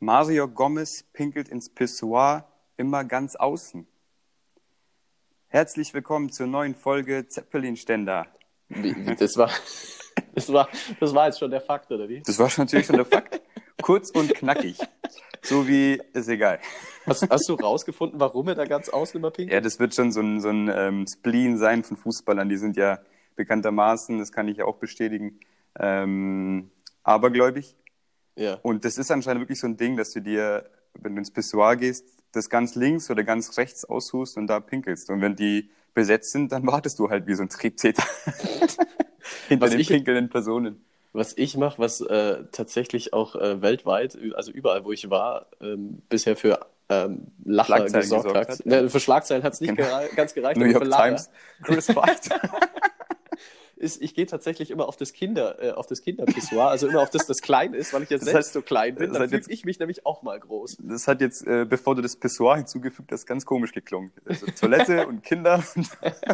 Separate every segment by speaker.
Speaker 1: Mario Gomez pinkelt ins Pissoir, immer ganz außen. Herzlich willkommen zur neuen Folge Zeppelin-Ständer.
Speaker 2: Wie- wie- Das war, das war, das war jetzt schon der Fakt, oder wie?
Speaker 1: Das war schon natürlich schon der Fakt. Kurz und knackig. So wie, ist egal.
Speaker 2: Hast, hast du rausgefunden, warum er da ganz außen immer pinkelt?
Speaker 1: Ja, das wird schon so ein, so ein ähm, Spleen sein von Fußballern. Die sind ja bekanntermaßen, das kann ich ja auch bestätigen, ähm, abergläubig.
Speaker 2: Ja.
Speaker 1: Und das ist anscheinend wirklich so ein Ding, dass du dir, wenn du ins Pissoir gehst, das ganz links oder ganz rechts aussuchst und da pinkelst. Und wenn die besetzt sind, dann wartest du halt wie so ein Triebtäter hinter
Speaker 2: Was
Speaker 1: den
Speaker 2: ich-
Speaker 1: pinkelnden Personen.
Speaker 2: Was ich mache, was äh, tatsächlich auch äh, weltweit, ü- also überall, wo ich war, ähm, bisher für ähm, Lacher
Speaker 1: Schlagzeilen
Speaker 2: gesorgt,
Speaker 1: gesorgt
Speaker 2: hat.
Speaker 1: hat,
Speaker 2: Ne, für Schlagzeilen hat es nicht
Speaker 1: Genau.
Speaker 2: gera- ganz gereicht,
Speaker 1: New
Speaker 2: aber für
Speaker 1: York
Speaker 2: Lacher
Speaker 1: Times, Chris White.
Speaker 2: ist, ich gehe tatsächlich immer auf das Kinder, äh, auf das Kinderpissoir, also immer auf das, das klein ist, weil ich ja
Speaker 1: Das
Speaker 2: selbst
Speaker 1: heißt-
Speaker 2: so klein bin,
Speaker 1: das
Speaker 2: dann
Speaker 1: heißt
Speaker 2: fühle
Speaker 1: jetzt-
Speaker 2: ich mich nämlich auch mal groß.
Speaker 1: Das hat jetzt, äh, bevor du das Pissoir hinzugefügt hast, ganz komisch geklungen. Also Toilette und Kinder,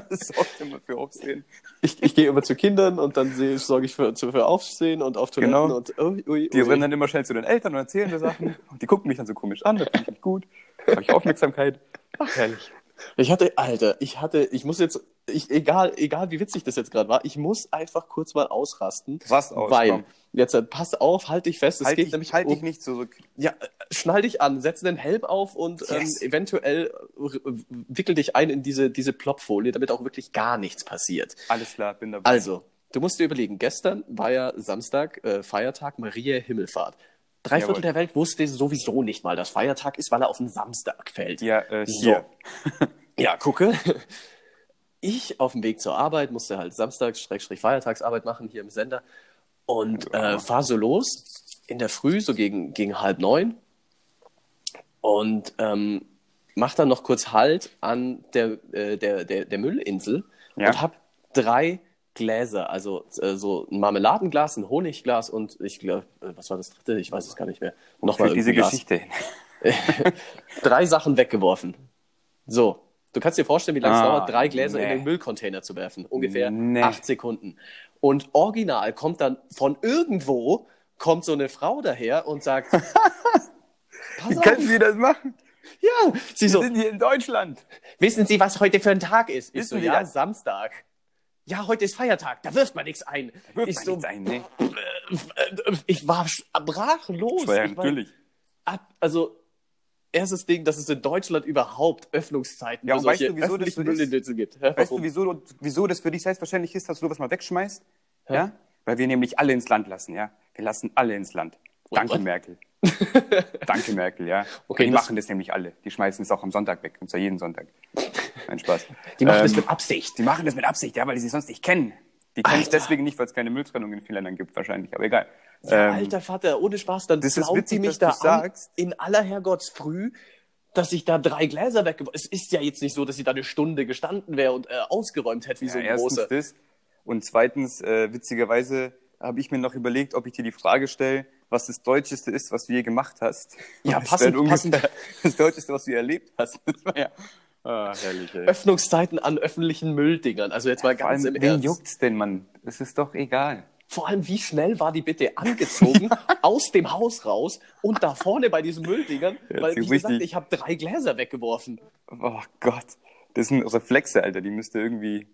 Speaker 1: das sorgt immer für Aufsehen.
Speaker 2: Ich, ich gehe immer zu Kindern und dann sehe- sorge ich für, zu- für Aufsehen und auf Toiletten
Speaker 1: Genau.
Speaker 2: und ui, ui,
Speaker 1: Die rennen
Speaker 2: ui.
Speaker 1: dann immer schnell zu den Eltern und erzählen dir Sachen. Und die gucken mich dann so komisch an, das finde ich nicht gut. Da habe ich Aufmerksamkeit. Ach, herrlich.
Speaker 2: Ich hatte, Alter, ich hatte, ich muss jetzt, ich, egal, egal wie witzig das jetzt gerade war, ich muss einfach kurz mal ausrasten.
Speaker 1: Rast aus,
Speaker 2: Weil,
Speaker 1: komm.
Speaker 2: jetzt äh, pass auf, halt dich fest, es
Speaker 1: Halt,
Speaker 2: geht
Speaker 1: dich,
Speaker 2: nämlich
Speaker 1: halt
Speaker 2: um,
Speaker 1: dich nicht zurück.
Speaker 2: ja, äh, schnall dich an, setz einen Helm auf und
Speaker 1: Yes.
Speaker 2: ähm, eventuell äh, r- wickel dich ein in diese, diese Plopfolie, damit auch wirklich gar nichts passiert.
Speaker 1: Alles klar, bin dabei.
Speaker 2: Also, du musst dir überlegen, gestern war ja Samstag, äh, Feiertag, Maria Himmelfahrt. Drei
Speaker 1: Jawohl.
Speaker 2: Viertel der Welt wusste sowieso nicht mal, dass Feiertag ist, weil er auf den Samstag fällt.
Speaker 1: Ja, äh,
Speaker 2: So.
Speaker 1: hier.
Speaker 2: Ja, gucke. Ich auf dem Weg zur Arbeit musste halt Samstags, Schrägstrich Feiertagsarbeit machen hier im Sender und äh, fahr so los in der Früh, so gegen, gegen halb neun und ähm, mach dann noch kurz Halt an der, äh, der, der, der Müllinsel
Speaker 1: Ja.
Speaker 2: und hab drei Gläser, also äh, so ein Marmeladenglas, ein Honigglas und ich glaube, was war das dritte? Ich weiß es gar nicht mehr. Nochmal
Speaker 1: Für diese
Speaker 2: irgendein Glas
Speaker 1: Geschichte hin.
Speaker 2: drei Sachen weggeworfen. So, du kannst dir vorstellen, wie lange es
Speaker 1: Ah,
Speaker 2: dauert, drei Gläser in
Speaker 1: nee.
Speaker 2: den Müllcontainer zu werfen. Ungefähr
Speaker 1: Nee.
Speaker 2: acht Sekunden. Und original kommt dann von irgendwo, kommt so eine Frau daher und sagt, pass auf,
Speaker 1: Sie das machen?
Speaker 2: ja, sie so,
Speaker 1: hier in Deutschland.
Speaker 2: wissen Sie, was heute für ein Tag ist? Ich
Speaker 1: Wissen
Speaker 2: so,
Speaker 1: Sie
Speaker 2: ja,
Speaker 1: das?
Speaker 2: Samstag. Ja, heute ist Feiertag, da wirft man nichts ein.
Speaker 1: Wirf
Speaker 2: ich,
Speaker 1: mal
Speaker 2: so,
Speaker 1: nichts ein, ne?
Speaker 2: äh, ich war sch- brachlos.
Speaker 1: Ja,
Speaker 2: Ich war-
Speaker 1: natürlich.
Speaker 2: ab, also erstes Ding, dass es in Deutschland überhaupt Öffnungszeiten
Speaker 1: Ja,
Speaker 2: für
Speaker 1: und weißt
Speaker 2: solche
Speaker 1: du, wieso das
Speaker 2: öffentlichen
Speaker 1: so ist?
Speaker 2: Müllinditze gibt. Hä,
Speaker 1: Weißt du,
Speaker 2: warum?
Speaker 1: wieso, wieso das für dich selbstverständlich ist, dass du was mal wegschmeißt?
Speaker 2: Hä?
Speaker 1: Ja? Weil wir nämlich alle ins Land lassen, ja? Wir lassen alle ins Land.
Speaker 2: Und
Speaker 1: Danke,
Speaker 2: what?
Speaker 1: Merkel. Danke, Merkel, ja?
Speaker 2: Okay,
Speaker 1: die
Speaker 2: das-
Speaker 1: machen das nämlich alle. Die schmeißen es auch am Sonntag weg. Und zwar jeden Sonntag. Nein, Spaß.
Speaker 2: Die machen
Speaker 1: Ähm,
Speaker 2: das mit Absicht.
Speaker 1: die machen das mit Absicht, ja, weil die sich sonst nicht kennen. Die kennen es deswegen nicht, weil es keine Mülltrennung in vielen Ländern gibt, wahrscheinlich. Aber egal.
Speaker 2: Ja,
Speaker 1: Ähm,
Speaker 2: Alter Vater, ohne Spaß, dann
Speaker 1: das ist
Speaker 2: flaut die
Speaker 1: witzig,
Speaker 2: mich da
Speaker 1: dass du's
Speaker 2: an,
Speaker 1: sagst.
Speaker 2: in aller Herrgottsfrüh, dass ich da drei Gläser weggeworfen Es ist ja jetzt nicht so, dass sie da eine Stunde gestanden wäre und äh, ausgeräumt hätte wie so
Speaker 1: Ja,
Speaker 2: ein
Speaker 1: erstens
Speaker 2: großer.
Speaker 1: das. Und zweitens, äh, witzigerweise habe ich mir noch überlegt, ob ich dir die Frage stelle, was das Deutscheste ist, was du je gemacht hast.
Speaker 2: Ja,
Speaker 1: Und das
Speaker 2: passend,
Speaker 1: wäre ungefähr
Speaker 2: passend.
Speaker 1: Das Deutscheste, was du je erlebt hast. Das war ja ah, herrlich, ey.
Speaker 2: Öffnungszeiten an öffentlichen Mülldingern. Also jetzt mal
Speaker 1: Vor
Speaker 2: ganz
Speaker 1: allem,
Speaker 2: im
Speaker 1: wen
Speaker 2: Ernst.
Speaker 1: juckt's denn, Mann? Es ist doch egal.
Speaker 2: Vor allem, wie schnell war die bitte angezogen, aus dem Haus raus und da vorne bei diesen Mülldingern,
Speaker 1: Ja,
Speaker 2: weil,
Speaker 1: sie
Speaker 2: wie gesagt,
Speaker 1: richtig-
Speaker 2: ich habe drei Gläser weggeworfen.
Speaker 1: Oh Gott, das sind Reflexe, Alter. Die müsste irgendwie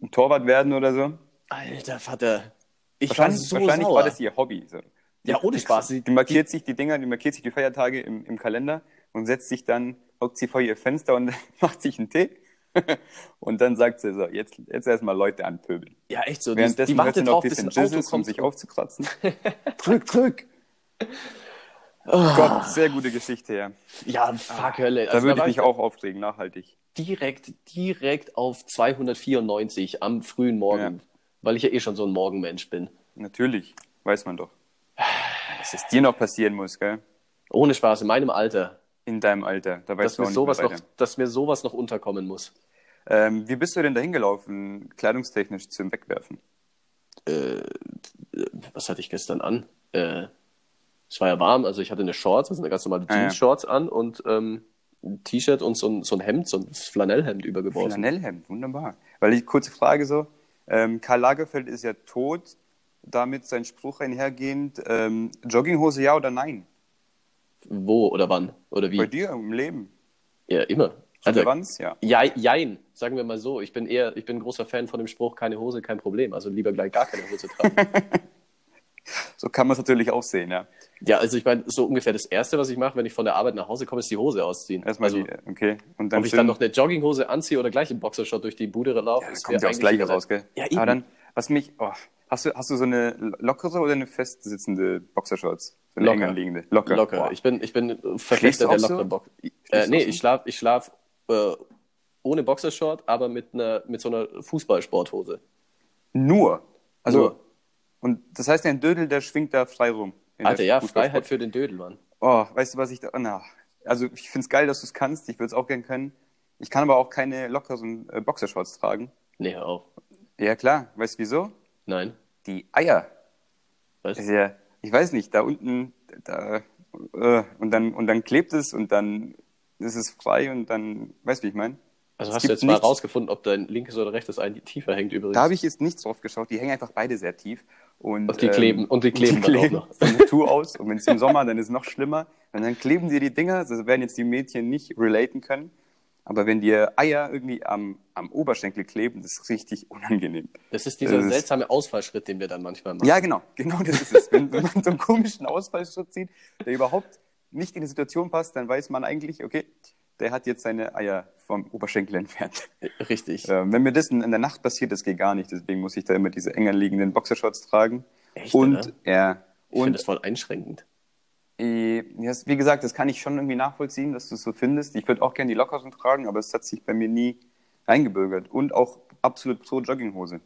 Speaker 1: ein Torwart werden oder so.
Speaker 2: Alter Vater, ich war
Speaker 1: Wahrscheinlich,
Speaker 2: so
Speaker 1: wahrscheinlich
Speaker 2: sauer.
Speaker 1: war das ihr Hobby. So.
Speaker 2: ja, ohne Spaß. Die,
Speaker 1: Die markiert sich die Dinger, die markiert sich die Feiertage im, im Kalender und setzt sich dann, hockt sie vor ihr Fenster und macht sich einen Tee. und dann sagt sie so, jetzt, jetzt erstmal Leute anpöbeln.
Speaker 2: ja, echt so. Die,
Speaker 1: Währenddessen
Speaker 2: die
Speaker 1: hört sie
Speaker 2: wartet
Speaker 1: noch ein
Speaker 2: drauf, bis
Speaker 1: bisschen
Speaker 2: ein Auto
Speaker 1: Jizzes, um
Speaker 2: kommt.
Speaker 1: sich aufzukratzen.
Speaker 2: drück, drück.
Speaker 1: Oh Gott, sehr gute Geschichte, ja.
Speaker 2: Ja, fuck Hölle.
Speaker 1: Ah. Da würde ich
Speaker 2: Also war
Speaker 1: mich auch aufregen, nachhaltig.
Speaker 2: direkt, direkt auf 294 am frühen Morgen, weil ich ja eh schon so ein Morgenmensch bin.
Speaker 1: Natürlich, weiß man doch. Dass es dir noch passieren muss, gell?
Speaker 2: Ohne Spaß, in meinem Alter,
Speaker 1: In deinem Alter, da weißt
Speaker 2: dass
Speaker 1: du auch
Speaker 2: mir,
Speaker 1: nicht
Speaker 2: sowas
Speaker 1: mehr
Speaker 2: noch,
Speaker 1: weiter.
Speaker 2: dass mir sowas noch unterkommen muss.
Speaker 1: Ähm, wie bist du denn dahin gelaufen, kleidungstechnisch zum Wegwerfen?
Speaker 2: was hatte ich gestern an? Äh, es war ja warm, also ich hatte eine Shorts, also eine ganz normale
Speaker 1: Ah, ja.
Speaker 2: Jeans-Shorts an und ähm, ein T-Shirt und so ein, so ein Hemd, so ein Flanellhemd übergeworfen.
Speaker 1: Flanellhemd, wunderbar. Weil ich kurze Frage so, ähm, Karl Lagerfeld ist ja tot, damit sein Spruch einhergehend, ähm, Jogginghose ja oder nein?
Speaker 2: Wo oder wann oder
Speaker 1: Bei
Speaker 2: wie?
Speaker 1: dir im Leben.
Speaker 2: Ja, immer. Hm. Also,
Speaker 1: Relevanz, ja.
Speaker 2: jei- jein, sagen wir mal so. Ich bin eher, ich bin ein großer Fan von dem Spruch, keine Hose, kein Problem. Also lieber gleich gar keine Hose tragen.
Speaker 1: So kann man es natürlich auch sehen, ja.
Speaker 2: ja, also ich meine, so ungefähr das Erste, was ich mache, wenn ich von der Arbeit nach Hause komme, ist die Hose ausziehen.
Speaker 1: Erstmal
Speaker 2: also,
Speaker 1: die, äh, okay. Und dann
Speaker 2: ob ich
Speaker 1: schön-
Speaker 2: dann noch eine Jogginghose anziehe oder gleich im Boxershot durch die Bude laufe,
Speaker 1: Ja, das
Speaker 2: ist
Speaker 1: kommt
Speaker 2: mir
Speaker 1: ja aufs
Speaker 2: eigentlich
Speaker 1: Gleiche raus, gell?
Speaker 2: Ja, eben.
Speaker 1: Aber dann, was mich, oh, hast du, hast du so eine lockere oder eine festsitzende Boxershorts? So eine
Speaker 2: Locker.
Speaker 1: enger liegende. Locker.
Speaker 2: Locker.
Speaker 1: Boah.
Speaker 2: Ich bin, ich bin
Speaker 1: Schläfst du
Speaker 2: Verfechter
Speaker 1: auch
Speaker 2: der
Speaker 1: so?
Speaker 2: lockeren Box. Äh,
Speaker 1: Schläfst du
Speaker 2: nee,
Speaker 1: auch
Speaker 2: ich schlaf, ich schlaf äh, ohne Boxershort, aber mit einer mit so einer Fußballsporthose.
Speaker 1: Nur. Also,
Speaker 2: Nur.
Speaker 1: und das heißt, dein Dödel, der schwingt da frei rum. in der
Speaker 2: Alter, ja,
Speaker 1: Fußballsport-
Speaker 2: Freiheit für den Dödel, Mann.
Speaker 1: Oh, weißt du, was ich da, na, also ich find's geil, dass du's kannst. Ich würd's auch gern können. Ich kann aber auch keine lockeren äh, Boxershorts tragen.
Speaker 2: Nee, hör auf.
Speaker 1: Ja, klar. Weißt du wieso?
Speaker 2: Nein.
Speaker 1: Die Eier.
Speaker 2: Was?
Speaker 1: Das ist ja, ich weiß nicht, da unten, da, äh, und dann, und dann klebt es und dann ist es frei und dann, weißt du, wie ich meine?
Speaker 2: Also
Speaker 1: Es
Speaker 2: hast du
Speaker 1: gibt
Speaker 2: jetzt mal
Speaker 1: nichts-
Speaker 2: rausgefunden, ob dein linkes oder rechtes Ei tiefer hängt übrigens.
Speaker 1: Da habe ich jetzt nicht drauf geschaut, die hängen einfach beide sehr tief. Und, ähm,
Speaker 2: Und die kleben- und die kleben dann auch noch.
Speaker 1: von der Tour aus. Und wenn es im Sommer, dann ist es noch schlimmer. Und dann kleben dir die Dinger, das werden jetzt die Mädchen nicht relaten können. Aber wenn dir Eier irgendwie am, am Oberschenkel kleben, das ist richtig unangenehm.
Speaker 2: das ist dieser
Speaker 1: das ist-
Speaker 2: seltsame Ausfallschritt, den wir dann manchmal machen.
Speaker 1: Ja, genau, genau das ist es. Wenn, wenn man so einen komischen Ausfallschritt sieht, der überhaupt nicht in die Situation passt, dann weiß man eigentlich, okay, der hat jetzt seine Eier vom Oberschenkel entfernt.
Speaker 2: Richtig.
Speaker 1: Äh, wenn mir das in, in der Nacht passiert, das geht gar nicht. Deswegen muss ich da immer diese enger liegenden Boxershorts tragen.
Speaker 2: Echt,
Speaker 1: und
Speaker 2: oder?
Speaker 1: ja,
Speaker 2: Ich finde
Speaker 1: und
Speaker 2: das voll einschränkend.
Speaker 1: äh, ja, das- wie gesagt, das kann ich schon irgendwie nachvollziehen, dass du es so findest. Ich würde auch gerne die lockeren tragen, aber es hat sich bei mir nie eingebürgert. Und auch absolut pro Jogginghose.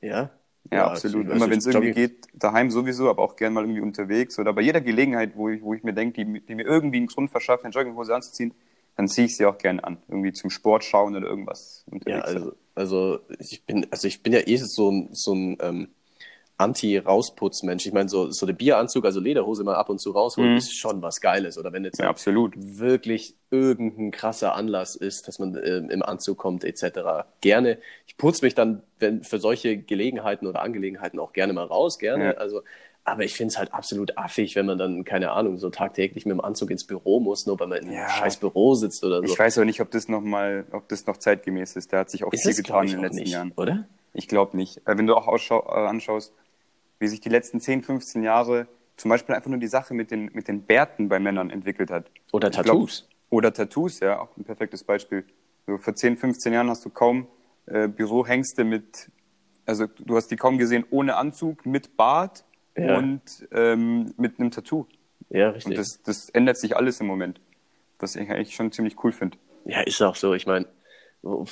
Speaker 2: Ja?
Speaker 1: Ja, absolut.
Speaker 2: also
Speaker 1: Immer wenn es irgendwie
Speaker 2: Jogging-
Speaker 1: geht, daheim sowieso, aber auch gern mal irgendwie unterwegs oder bei jeder Gelegenheit, wo ich, wo ich mir denke, die, die mir irgendwie einen Grund verschafft, eine Jogginghose anzuziehen, dann ziehe ich sie auch gern an. Irgendwie zum Sport schauen oder irgendwas
Speaker 2: Ja,
Speaker 1: unterwegs.
Speaker 2: also, also ich bin, also ich bin ja eh so ein, so ein ähm, Anti-Rausputz-Mensch. Ich meine, so, so der Bieranzug, also Lederhose mal ab und zu rausholen, ist schon was Geiles. Oder wenn jetzt
Speaker 1: Mhm. ja, absolut.
Speaker 2: wirklich irgendein krasser Anlass ist, dass man ähm, im Anzug kommt, etc. Gerne. Ich putze mich dann wenn, für solche Gelegenheiten oder Angelegenheiten auch gerne mal raus, gerne.
Speaker 1: Ja.
Speaker 2: Also, aber ich finde es halt absolut affig, wenn man dann, keine Ahnung, so tagtäglich mit dem Anzug ins Büro muss, nur weil man in einem
Speaker 1: Ja.
Speaker 2: scheiß Büro sitzt oder so.
Speaker 1: Ich weiß auch nicht, ob das noch mal, ob das noch zeitgemäß ist. Da hat sich auch
Speaker 2: ist
Speaker 1: viel
Speaker 2: es, glaub
Speaker 1: getan
Speaker 2: ich,
Speaker 1: in den
Speaker 2: auch
Speaker 1: letzten
Speaker 2: nicht,
Speaker 1: Jahren.
Speaker 2: oder?
Speaker 1: Ich glaube nicht. Äh, Wenn du auch ausschau- äh, anschaust, wie sich die letzten 10, 15 Jahre zum Beispiel einfach nur die Sache mit den, mit den Bärten bei Männern entwickelt hat.
Speaker 2: Oder
Speaker 1: Ich
Speaker 2: Tattoos.
Speaker 1: oder Tattoos, ja, auch ein perfektes Beispiel. So vor 10, 15 Jahren hast du kaum äh, Bürohengste mit, also du hast die kaum gesehen ohne Anzug, mit Bart
Speaker 2: Ja.
Speaker 1: und ähm, mit einem Tattoo.
Speaker 2: Ja, richtig.
Speaker 1: Und das, das ändert sich alles im Moment. Was ich eigentlich schon ziemlich cool finde.
Speaker 2: Ja, ist auch so. Ich meine, so,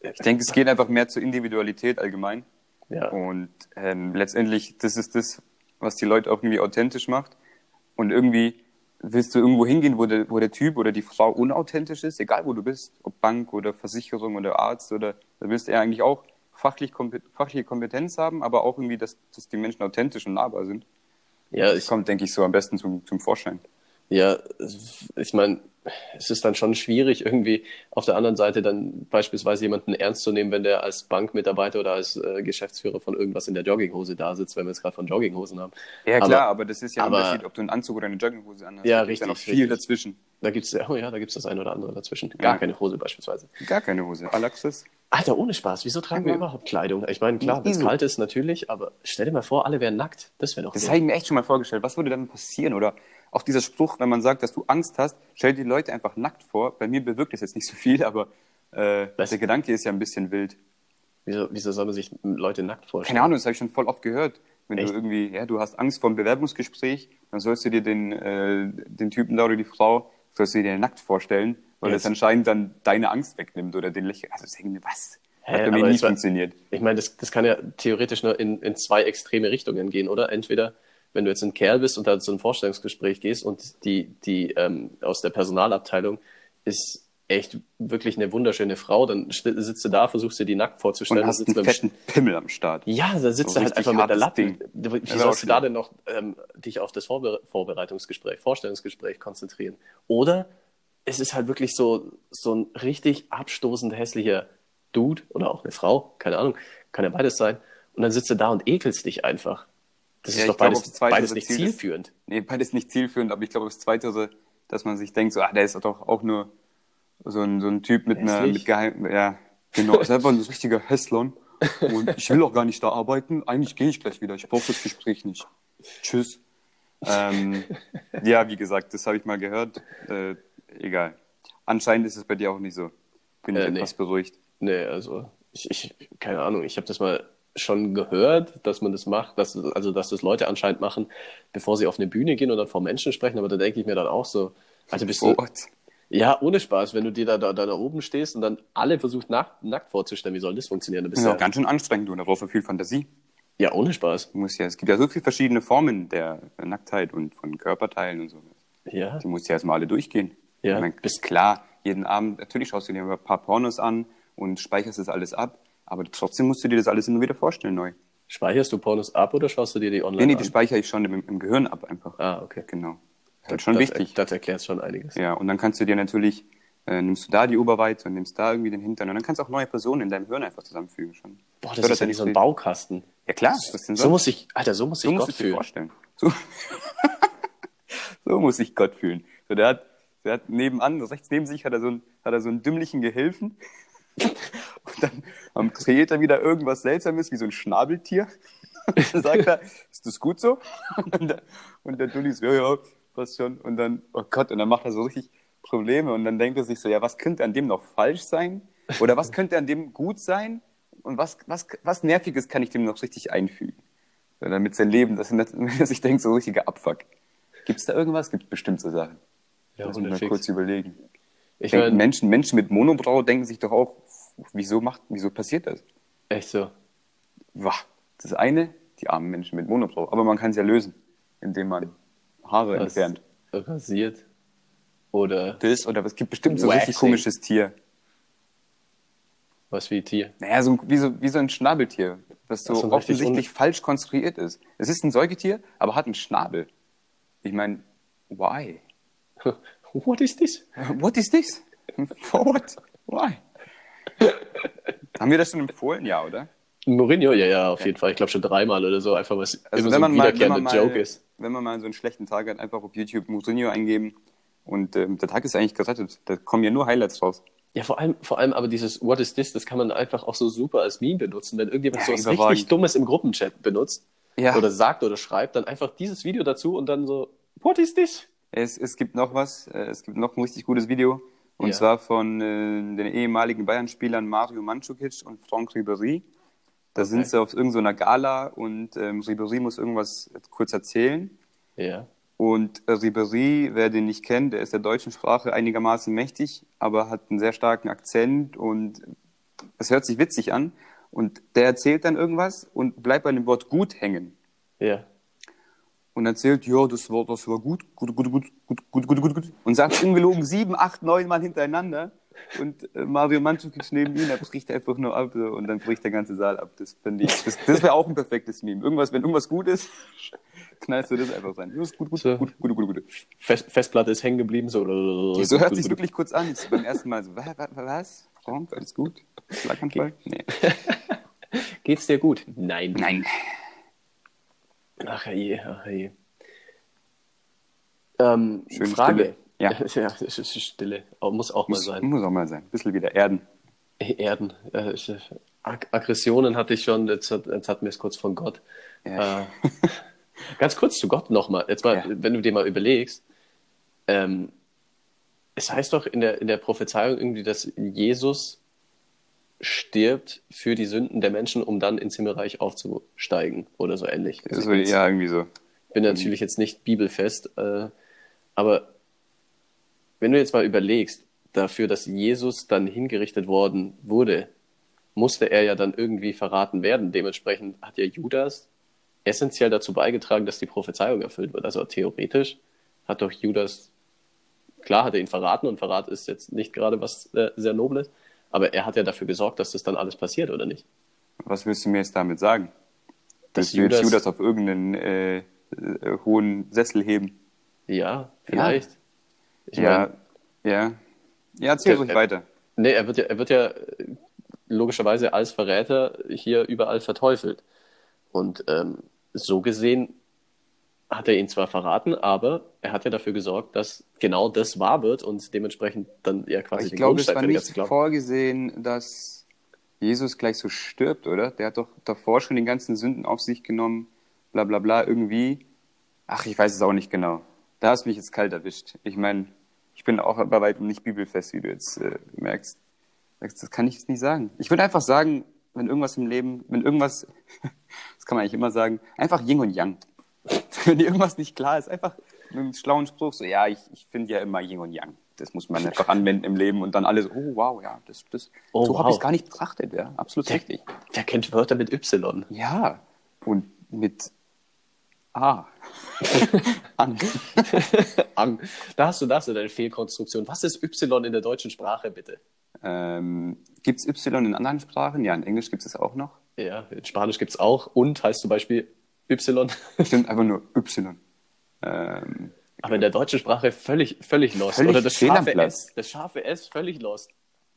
Speaker 1: Ich denke, es geht einfach mehr zur Individualität allgemein.
Speaker 2: ja.
Speaker 1: Und ähm, letztendlich, das ist das, was die Leute auch irgendwie authentisch macht. Und irgendwie willst du irgendwo hingehen, wo der, wo der Typ oder die Frau unauthentisch ist, egal wo du bist, ob Bank oder Versicherung oder Arzt oder da willst du ja eigentlich auch fachlich, kompe- fachliche Kompetenz haben, aber auch irgendwie, dass, dass die Menschen authentisch und nahbar sind.
Speaker 2: ja, ich,
Speaker 1: Das kommt, denke ich, so am besten zum, zum Vorschein.
Speaker 2: Ja, ich meine, es ist dann schon schwierig, irgendwie auf der anderen Seite dann beispielsweise jemanden ernst zu nehmen, wenn der als Bankmitarbeiter oder als äh, Geschäftsführer von irgendwas in der Jogginghose da sitzt, wenn wir jetzt gerade von Jogginghosen haben.
Speaker 1: Ja,
Speaker 2: Aber
Speaker 1: klar, aber, das ist ja ein
Speaker 2: aber-
Speaker 1: Unterschied, ob du einen Anzug oder eine Jogginghose anhast.
Speaker 2: Ja,
Speaker 1: Da gibt's
Speaker 2: richtig,
Speaker 1: Ja noch viel
Speaker 2: richtig.
Speaker 1: dazwischen.
Speaker 2: Da gibt's oh ja, da gibt's das ein oder andere dazwischen. Gar
Speaker 1: Ja.
Speaker 2: keine Hose beispielsweise.
Speaker 1: Gar keine Hose. Alexis?
Speaker 2: Alter, ohne Spaß, wieso tragen wir
Speaker 1: Ja.
Speaker 2: überhaupt Kleidung? Ich meine, klar, wenn es
Speaker 1: Easy.
Speaker 2: kalt ist, natürlich, aber stell dir mal vor, alle wären nackt. Das wäre doch
Speaker 1: Das
Speaker 2: so.
Speaker 1: habe ich mir echt schon mal vorgestellt. Was würde dann passieren? Oder auch dieser Spruch, wenn man sagt, dass du Angst hast, stell dir die Leute einfach nackt vor. Bei mir bewirkt das jetzt nicht so viel, aber äh,
Speaker 2: Was?
Speaker 1: der Gedanke ist ja ein bisschen wild.
Speaker 2: Wieso, wieso soll man sich Leute nackt vorstellen?
Speaker 1: Keine Ahnung, das habe ich schon voll oft gehört. Wenn
Speaker 2: Echt?
Speaker 1: du irgendwie, ja, du hast Angst vor einem Bewerbungsgespräch, dann sollst du dir den, äh, den Typen da oder die Frau, sollst du dir nackt vorstellen, weil
Speaker 2: Ja,
Speaker 1: das
Speaker 2: das-
Speaker 1: anscheinend dann deine Angst wegnimmt oder den Lächeln. Also das hängt mir was.
Speaker 2: Hä,
Speaker 1: Hat bei mir
Speaker 2: aber
Speaker 1: nie
Speaker 2: es war-
Speaker 1: funktioniert.
Speaker 2: Ich meine, das, das kann ja theoretisch nur in, in zwei extreme Richtungen gehen, oder? Entweder, wenn du jetzt ein Kerl bist und da zu einem Vorstellungsgespräch gehst und die, die ähm, aus der Personalabteilung ist echt wirklich eine wunderschöne Frau, dann schli- sitzt du da, versuchst dir die nackt vorzustellen.
Speaker 1: Und hast
Speaker 2: sitzt
Speaker 1: einen
Speaker 2: mit
Speaker 1: fetten
Speaker 2: dem
Speaker 1: Pimmel am Start.
Speaker 2: Sch- ja, dann sitzt
Speaker 1: So
Speaker 2: du halt
Speaker 1: richtig
Speaker 2: einfach mit der Latte.
Speaker 1: hartes Genau,
Speaker 2: Wie
Speaker 1: Das ist auch
Speaker 2: sollst du da
Speaker 1: schlimm.
Speaker 2: denn noch ähm, dich auf das Vorbe Vorbereitungsgespräch, Vorstellungsgespräch konzentrieren? Oder es ist halt wirklich so, so ein richtig abstoßend hässlicher Dude oder auch eine Frau, keine Ahnung, kann ja beides sein. Und dann sitzt du da und ekelst dich einfach. Das
Speaker 1: Ja,
Speaker 2: ist
Speaker 1: ich
Speaker 2: doch
Speaker 1: glaube,
Speaker 2: beides,
Speaker 1: aufs Zweite
Speaker 2: beides
Speaker 1: das
Speaker 2: nicht
Speaker 1: Ziel ist-
Speaker 2: zielführend.
Speaker 1: Nee, beides nicht zielführend, aber ich glaube, das Zweite, dass man sich denkt, so, ah, der ist doch auch nur so ein, so ein Typ mit einer
Speaker 2: Hässlich.
Speaker 1: mit geheim, ja, genau, ist einfach ein richtiger Hässlern. Und ich will auch gar nicht da arbeiten. Eigentlich gehe ich gleich wieder. Ich brauche das Gespräch nicht. Tschüss. Ähm, ja, wie gesagt, das habe ich mal gehört. Äh, egal. Anscheinend ist es bei dir auch nicht so. Bin ich
Speaker 2: Äh, nee.
Speaker 1: etwas beruhigt.
Speaker 2: Nee, also ich, ich keine Ahnung, ich habe das mal schon gehört, dass man das macht, dass, also dass das Leute anscheinend machen, bevor sie auf eine Bühne gehen und dann vor Menschen sprechen, aber da denke ich mir dann auch so, Alter, bist
Speaker 1: Vor
Speaker 2: du,
Speaker 1: Ort.
Speaker 2: ja, ohne Spaß, wenn du dir da, da, da, da oben stehst und dann alle versucht nackt, nackt vorzustellen, wie soll das funktionieren? Du
Speaker 1: Das
Speaker 2: bist
Speaker 1: ist
Speaker 2: ja,
Speaker 1: auch ganz schön anstrengend und da brauchst du viel Fantasie.
Speaker 2: ja, ohne Spaß.
Speaker 1: Du musst ja, es gibt ja so viele verschiedene Formen der Nacktheit und von Körperteilen und so.
Speaker 2: Ja,
Speaker 1: Die musst du ja erstmal alle durchgehen.
Speaker 2: Ja.
Speaker 1: Ich meine, ist klar, jeden Abend, natürlich schaust du dir ein paar Pornos an und speicherst das alles ab, aber trotzdem musst du dir das alles immer wieder vorstellen neu.
Speaker 2: speicherst du Pornos ab oder schaust du dir die online
Speaker 1: Nee, nee, die
Speaker 2: an?
Speaker 1: speichere ich schon im, im Gehirn ab einfach.
Speaker 2: Ah, okay.
Speaker 1: Genau. Das ist halt schon
Speaker 2: das,
Speaker 1: wichtig.
Speaker 2: Das erklärt schon einiges.
Speaker 1: ja, und dann kannst du dir natürlich, äh, nimmst du da die Oberweite und nimmst da irgendwie den Hintern und dann kannst du auch neue Personen in deinem Hirn einfach zusammenfügen schon.
Speaker 2: Boah, das
Speaker 1: Fördert
Speaker 2: ist ja
Speaker 1: deine
Speaker 2: wie so ein
Speaker 1: Kreativität.
Speaker 2: Baukasten.
Speaker 1: Ja klar, was denn
Speaker 2: So
Speaker 1: sonst?
Speaker 2: muss ich, Alter, so muss ich
Speaker 1: So musst
Speaker 2: Gott
Speaker 1: du dir
Speaker 2: fühlen.
Speaker 1: vorstellen. So, so muss sich Gott fühlen. So, der, hat, der hat nebenan, rechts neben sich, hat er so einen, hat er so einen dümmlichen Gehilfen. Und dann ähm, kreiert er wieder irgendwas Seltsames, wie so ein Schnabeltier. Und dann sagt er, ist das gut so? Und der, und der Dulli so, ja, ja, passt schon. Und dann, oh Gott, und dann macht er so richtig Probleme. Und dann denkt er sich so, ja, was könnte an dem noch falsch sein? Oder was könnte an dem gut sein? Und was, was, was Nerviges kann ich dem noch richtig einfügen? So, damit sein Leben, dass er, nicht- wenn er sich denkt, so richtiger Abfuck. Gibt es da irgendwas? Gibt bestimmt so Sachen.
Speaker 2: Ja,
Speaker 1: Lass mich mal
Speaker 2: hundertfix.
Speaker 1: kurz überlegen.
Speaker 2: Ich
Speaker 1: Denken
Speaker 2: meine,
Speaker 1: Menschen, Menschen mit Monobrau denken sich doch auch, wieso, macht, wieso passiert das?
Speaker 2: echt so.
Speaker 1: Wah, das eine, die armen Menschen mit Monobrau. Aber man kann es ja lösen, indem man Haare
Speaker 2: Ras-
Speaker 1: entfernt.
Speaker 2: Rasiert. Oder
Speaker 1: Das oder es gibt bestimmt so ein richtig
Speaker 2: Waxing.
Speaker 1: komisches Tier.
Speaker 2: was wie Tier.
Speaker 1: Naja, so, ein- wie, so, wie so ein Schnabeltier, das so,
Speaker 2: Ach so, ein richtig
Speaker 1: offensichtlich falsch konstruiert ist. Es ist ein Säugetier, aber hat einen Schnabel. Ich meine, why?
Speaker 2: What is this?
Speaker 1: What is this? For what? Why? Haben wir das schon empfohlen, ja, oder?
Speaker 2: Mourinho, ja, ja, auf jeden Fall. Ich glaube schon dreimal oder so, einfach was
Speaker 1: Also wenn,
Speaker 2: immer so
Speaker 1: man
Speaker 2: ein
Speaker 1: mal, wenn, man
Speaker 2: wiederkehrender
Speaker 1: mal,
Speaker 2: Joke ist.
Speaker 1: wenn man mal so einen schlechten Tag hat, einfach auf YouTube Mourinho eingeben und ähm, der Tag ist eigentlich gerettet. Da kommen ja nur Highlights raus.
Speaker 2: Ja, vor allem, vor allem aber dieses What is this, das kann man einfach auch so super als Meme benutzen. Wenn irgendjemand
Speaker 1: Ja,
Speaker 2: so was
Speaker 1: überragend.
Speaker 2: richtig Dummes im Gruppenchat benutzt
Speaker 1: Ja.
Speaker 2: oder sagt oder schreibt, dann einfach dieses Video dazu und dann so What is this?
Speaker 1: Es, es gibt noch was, äh, es gibt noch ein richtig gutes Video und
Speaker 2: Ja.
Speaker 1: zwar von äh, den ehemaligen Bayern-Spielern Mario Mandzukic und Franck Ribéry. Da sind sie auf irgendeiner Gala und ähm, Ribéry muss irgendwas kurz erzählen.
Speaker 2: Ja.
Speaker 1: Und äh, Ribéry, wer den nicht kennt, der ist der deutschen Sprache einigermaßen mächtig, aber hat einen sehr starken Akzent und es hört sich witzig an. Und der erzählt dann irgendwas und bleibt bei dem Wort gut hängen.
Speaker 2: Ja.
Speaker 1: Und erzählt, ja, das war, das war gut, gut, gut, gut, gut, gut, gut, gut, gut. Und sagt ungelogen sieben, acht, neun Mal hintereinander. Und äh, Mario Mandzukic neben ihm, er bricht einfach nur ab. So, und dann bricht der ganze Saal ab. Das, finde ich, das, das wäre auch ein perfektes Meme. Irgendwas, wenn irgendwas gut ist, knallst du das einfach rein. Ja, ist Gut, gut,
Speaker 2: So.
Speaker 1: gut, gut, gut, gut.
Speaker 2: Fest, Festplatte ist hängen geblieben, so.
Speaker 1: So hört sich wirklich kurz an. Ist beim ersten Mal so, was, was? Frank, alles gut? Schlaganfall? Nee.
Speaker 2: Geht's dir gut? Nein.
Speaker 1: Nein.
Speaker 2: Ach je, ach je. Ähm,
Speaker 1: Schöne
Speaker 2: Frage.
Speaker 1: Stille. Ja. hm?
Speaker 2: ja, es ist Stille. Auch- Muss auch mal
Speaker 1: Muss,
Speaker 2: sein.
Speaker 1: muss auch mal sein. Ein bisschen wieder erden.
Speaker 2: Erden. Äh, ich- Ag Aggressionen hatte ich schon, jetzt hat, jetzt hatten wir es kurz von Gott.
Speaker 1: Ja.
Speaker 2: Äh, ganz kurz zu Gott nochmal. Jetzt mal,
Speaker 1: Ja.
Speaker 2: wenn du dir mal überlegst, ähm, es heißt doch in der, in der Prophezeiung irgendwie, dass Jesus stirbt für die Sünden der Menschen, um dann ins Himmelreich aufzusteigen oder so ähnlich.
Speaker 1: So, ja, irgendwie so.
Speaker 2: bin natürlich jetzt nicht bibelfest, äh, aber wenn du jetzt mal überlegst, dafür, dass Jesus dann hingerichtet worden wurde, musste er ja dann irgendwie verraten werden. Dementsprechend hat ja Judas essentiell dazu beigetragen, dass die Prophezeiung erfüllt wird. Also theoretisch hat doch Judas, klar hat er ihn verraten und Verrat ist jetzt nicht gerade was äh, sehr Nobles, aber er hat ja dafür gesorgt, dass das dann alles passiert, oder nicht?
Speaker 1: Was willst du mir jetzt damit sagen? Willst
Speaker 2: Dass
Speaker 1: du jetzt
Speaker 2: Judas-
Speaker 1: Judas auf irgendeinen äh, äh, hohen Sessel heben?
Speaker 2: Ja, vielleicht. Ich
Speaker 1: ja.
Speaker 2: mein-
Speaker 1: ja. Ja, erzähl
Speaker 2: Okay,
Speaker 1: ruhig
Speaker 2: äh,
Speaker 1: weiter.
Speaker 2: Nee, er wird ja, er wird ja äh, logischerweise als Verräter hier überall verteufelt. Und ähm, so gesehen hat er ihn zwar verraten, aber er hat ja dafür gesorgt, dass genau das wahr wird und dementsprechend dann ja quasi
Speaker 1: ich glaube, es
Speaker 2: Grundstein
Speaker 1: war
Speaker 2: für die ganze
Speaker 1: nicht
Speaker 2: Glaube-
Speaker 1: vorgesehen, dass Jesus gleich so stirbt, oder? Der hat doch davor schon den ganzen Sünden auf sich genommen, bla bla bla, irgendwie. Ach, ich weiß es auch nicht genau. Da hast du mich jetzt kalt erwischt. Ich meine, ich bin auch bei weitem nicht bibelfest, wie du jetzt äh, merkst. Das das kann ich jetzt nicht sagen. Ich würde einfach sagen, wenn irgendwas im Leben, wenn irgendwas, das kann man eigentlich immer sagen, einfach Yin und Yang. wenn dir irgendwas nicht klar ist, einfach mit einem schlauen Spruch so, ja, ich, ich finde ja immer Yin und Yang. Das muss man einfach anwenden im Leben und dann alles, oh wow, ja, das, das,
Speaker 2: Oh,
Speaker 1: so habe ich
Speaker 2: wow.
Speaker 1: es gar nicht betrachtet, ja, absolut richtig.
Speaker 2: Der kennt Wörter mit Y.
Speaker 1: Ja, und mit A. An.
Speaker 2: Ang. Da hast du, da hast du deine Fehlkonstruktion. Was ist Y in der deutschen Sprache, bitte?
Speaker 1: Ähm, gibt es Y in anderen Sprachen? Ja, in Englisch gibt es es auch noch.
Speaker 2: Ja, in Spanisch gibt es auch. Und heißt zum Beispiel Y.
Speaker 1: Stimmt, einfach nur Y. Ähm,
Speaker 2: Aber in der deutschen Sprache völlig, völlig lost.
Speaker 1: Völlig
Speaker 2: Oder das
Speaker 1: fehl am
Speaker 2: scharfe
Speaker 1: Platz.
Speaker 2: S. Das scharfe S völlig lost.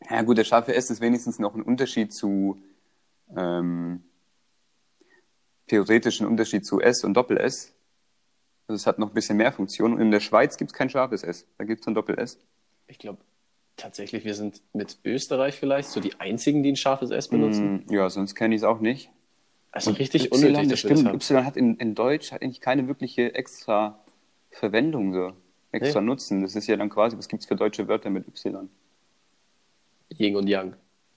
Speaker 1: Ja gut, das scharfe S ist wenigstens noch ein Unterschied zu ähm, theoretisch ein Unterschied zu S und Doppel-S. Also es hat noch ein bisschen mehr Funktion. Und in der Schweiz gibt es kein scharfes S, da gibt es ein Doppel-S.
Speaker 2: Ich glaube tatsächlich, wir sind mit Österreich vielleicht so die einzigen, die ein scharfes S benutzen.
Speaker 1: Hm, ja, sonst kenne ich es auch nicht.
Speaker 2: Also richtig
Speaker 1: Y,
Speaker 2: unnötig,
Speaker 1: das
Speaker 2: dass wir das
Speaker 1: stimmt.
Speaker 2: haben.
Speaker 1: Y hat in, in Deutsch hat eigentlich keine wirkliche extra Verwendung, so extra
Speaker 2: Nee.
Speaker 1: Nutzen. Das ist ja dann quasi, was gibt es für deutsche Wörter mit Y?
Speaker 2: Yin und Yang.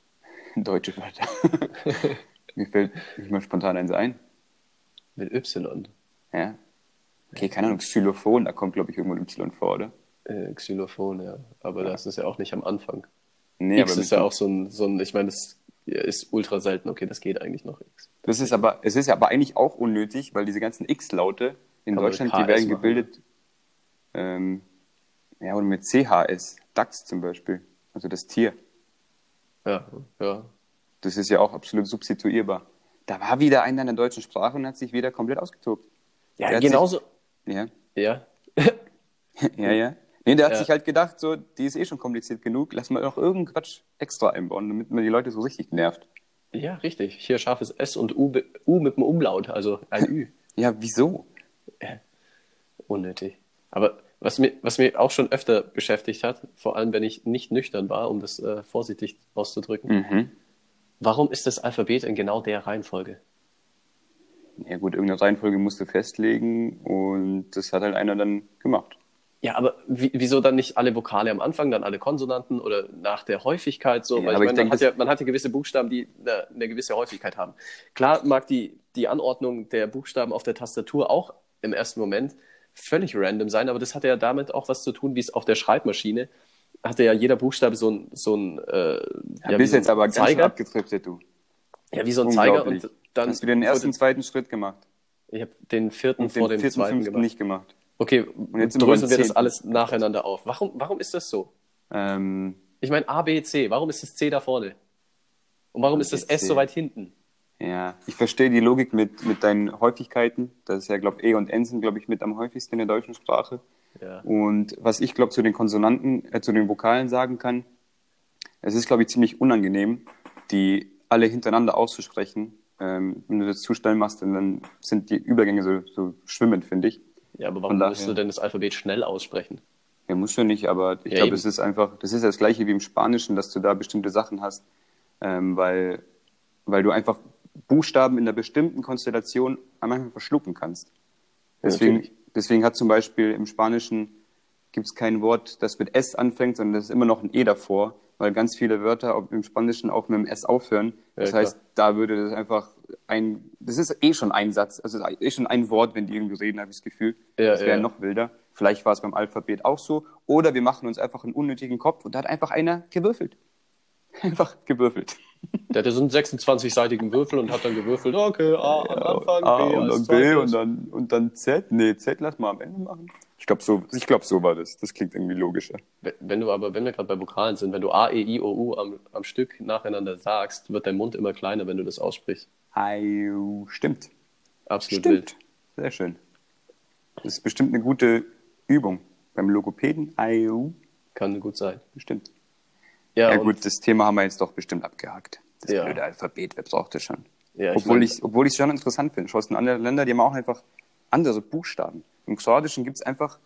Speaker 1: Deutsche Wörter. Mir fällt nicht mal spontan eins ein.
Speaker 2: Mit Y.
Speaker 1: Ja. Okay, keine Ahnung, Xylophon, da kommt, glaube ich, irgendwo ein Y vor, oder?
Speaker 2: Äh, Xylophon, ja. Aber das ist ja auch nicht am Anfang.
Speaker 1: Nee,
Speaker 2: X
Speaker 1: aber
Speaker 2: ist ja auch so ein, so ein ich meine, das ist ultra selten. Okay, das geht eigentlich noch X.
Speaker 1: das ist aber, es ist ja aber eigentlich auch unnötig, weil diese ganzen X-Laute in
Speaker 2: Kann man
Speaker 1: Deutschland,
Speaker 2: mit
Speaker 1: die werden
Speaker 2: KS machen,
Speaker 1: gebildet, ähm, ja, und mit CHS, Dachs zum Beispiel, also das Tier.
Speaker 2: Ja, ja.
Speaker 1: Das ist ja auch absolut substituierbar. Da war wieder einer in der deutschen Sprache und hat sich wieder komplett ausgetobt. Der
Speaker 2: Ja,
Speaker 1: hat sich-
Speaker 2: genauso.
Speaker 1: Ja,
Speaker 2: Ja.
Speaker 1: ja, ja. Nee, der hat
Speaker 2: Ja.
Speaker 1: sich halt gedacht, so, die ist eh schon kompliziert genug, lass mal noch irgendeinen Quatsch extra einbauen, damit man die Leute so richtig nervt.
Speaker 2: Ja, richtig. Hier scharfes S und U, be- U mit dem Umlaut, also ein Ü.
Speaker 1: Ja, wieso?
Speaker 2: Unnötig. Aber was mir, was mir auch schon öfter beschäftigt hat, vor allem wenn ich nicht nüchtern war, um das äh, vorsichtig auszudrücken,
Speaker 1: Mhm.
Speaker 2: warum ist das Alphabet in genau der Reihenfolge?
Speaker 1: Ja gut, irgendeine Reihenfolge musst du festlegen und das hat halt einer dann gemacht.
Speaker 2: Ja, aber wie, wieso dann nicht alle Vokale am Anfang, dann alle Konsonanten oder nach der Häufigkeit so?
Speaker 1: Ja,
Speaker 2: Weil
Speaker 1: aber
Speaker 2: ich
Speaker 1: ich
Speaker 2: meine, man,
Speaker 1: denke,
Speaker 2: hat ja, man hat ja gewisse Buchstaben, die eine, eine gewisse Häufigkeit haben. Klar mag die, die Anordnung der Buchstaben auf der Tastatur auch im ersten Moment völlig random sein, aber das hatte ja damit auch was zu tun, wie es auf der Schreibmaschine hatte ja jeder Buchstabe so ein, so ein, äh,
Speaker 1: Ja,
Speaker 2: ja, wie
Speaker 1: bist
Speaker 2: so ein
Speaker 1: jetzt aber ganz schön
Speaker 2: Zeiger,
Speaker 1: abgetriftet, du.
Speaker 2: ja, wie so ein Zeiger
Speaker 1: Unglaublich.
Speaker 2: und dann
Speaker 1: Hast du den ersten, zweiten Schritt gemacht
Speaker 2: wurde, ich habe den vierten
Speaker 1: und den
Speaker 2: vor dem
Speaker 1: vierten,
Speaker 2: zweiten
Speaker 1: fünften
Speaker 2: gemacht.
Speaker 1: nicht gemacht.
Speaker 2: Okay,
Speaker 1: jetzt sind wir
Speaker 2: dröseln
Speaker 1: beim
Speaker 2: wir das
Speaker 1: zehnten.
Speaker 2: alles nacheinander auf. Warum, warum ist das so?
Speaker 1: Ähm,
Speaker 2: Ich meine, A, B, C. Warum ist das C da vorne? Und warum ist das
Speaker 1: B,
Speaker 2: S
Speaker 1: C.
Speaker 2: so weit hinten?
Speaker 1: ja, ich verstehe die Logik mit, mit deinen Häufigkeiten. Das ist ja, glaube E und N sind, glaube ich, mit am häufigsten in der deutschen Sprache.
Speaker 2: Ja.
Speaker 1: Und was ich, glaube zu den Konsonanten, äh, zu den Vokalen sagen kann, es ist, glaube ich, ziemlich unangenehm, die alle hintereinander auszusprechen. Ähm, wenn du das zu schnell machst, dann- dann sind die Übergänge so, so schwimmend, finde ich.
Speaker 2: Ja, aber
Speaker 1: Von
Speaker 2: warum
Speaker 1: daher-
Speaker 2: musst du denn das Alphabet schnell aussprechen?
Speaker 1: Ja, musst du nicht, aber ich
Speaker 2: Ja,
Speaker 1: glaube,
Speaker 2: eben.
Speaker 1: es ist einfach, das ist das gleiche wie im Spanischen, dass du da bestimmte Sachen hast, ähm, weil, weil du einfach Buchstaben in einer bestimmten Konstellation manchmal verschlucken kannst. Deswegen,
Speaker 2: natürlich.
Speaker 1: deswegen hat zum Beispiel im Spanischen gibt's kein Wort, das mit S anfängt, sondern das ist immer noch ein E davor, weil ganz viele Wörter auch im Spanischen auch mit dem S aufhören. Das
Speaker 2: klar.
Speaker 1: heißt, da würde das einfach ein, das ist eh schon ein Satz, also es ist eh schon ein Wort, wenn die irgendwie reden, habe ich das Gefühl.
Speaker 2: Ja,
Speaker 1: das wäre
Speaker 2: ja.
Speaker 1: noch wilder. Vielleicht war es beim Alphabet auch so. Oder wir machen uns einfach einen unnötigen Kopf und da hat einfach einer gewürfelt. Einfach gewürfelt.
Speaker 2: Der hatte so einen 26-seitigen Würfel und hat dann gewürfelt, okay, A am Anfang,
Speaker 1: A
Speaker 2: B
Speaker 1: und dann B
Speaker 2: als zweites.
Speaker 1: und dann, und dann Z. Nee, Z lass mal am Ende machen. Ich glaube, so, ich glaub, so war das. Das klingt irgendwie logischer.
Speaker 2: Wenn- Wenn du aber, wenn wir gerade bei Vokalen sind, wenn du A, E, I, O, U am, am Stück nacheinander sagst, wird dein Mund immer kleiner, wenn du das aussprichst.
Speaker 1: Au, stimmt.
Speaker 2: Absolut
Speaker 1: Stimmt.
Speaker 2: wild.
Speaker 1: Sehr schön. Das ist bestimmt eine gute Übung. Beim Logopäden, Au,
Speaker 2: Kann gut sein.
Speaker 1: bestimmt.
Speaker 2: Ja,
Speaker 1: Ja,
Speaker 2: und-
Speaker 1: gut, das Thema haben wir jetzt doch bestimmt abgehakt. Das
Speaker 2: Ja.
Speaker 1: blöde Alphabet, wer braucht das schon?
Speaker 2: Ja, ich
Speaker 1: obwohl
Speaker 2: mein-
Speaker 1: ich es obwohl ich's schon interessant finde. Schaust in andere Länder, die haben auch einfach andere Buchstaben. Im Kroatischen gibt es einfach,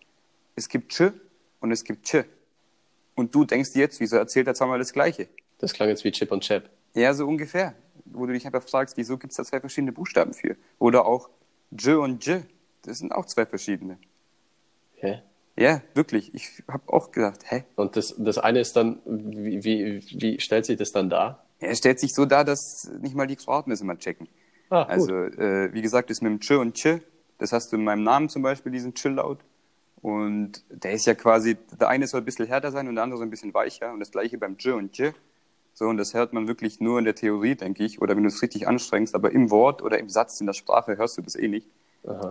Speaker 1: es gibt Ch und es gibt Ch. Und du denkst dir jetzt, wieso erzählt er zweimal das Gleiche?
Speaker 2: Das klang jetzt wie Chip und Chap.
Speaker 1: Ja, so ungefähr. Wo du dich einfach fragst, wieso gibt es da zwei verschiedene Buchstaben für? Oder auch J und J. Das sind auch zwei verschiedene.
Speaker 2: Hä?
Speaker 1: Ja, wirklich. Ich habe auch gedacht, hä?
Speaker 2: Und das, das eine ist dann, wie, wie, wie stellt sich das dann dar?
Speaker 1: Ja, es stellt sich so dar, dass nicht mal die Kroaten das immer checken.
Speaker 2: Ah, gut.
Speaker 1: also, äh, wie gesagt, ist mit dem Ch und Ch. Das hast du in meinem Namen zum Beispiel, diesen Ch-Laut. Und der ist ja quasi, der eine soll ein bisschen härter sein und der andere so ein bisschen weicher. Und das gleiche beim J und J. So, und das hört man wirklich nur in der Theorie, denke ich. Oder wenn du es richtig anstrengst, aber im Wort oder im Satz, in der Sprache hörst du das eh nicht.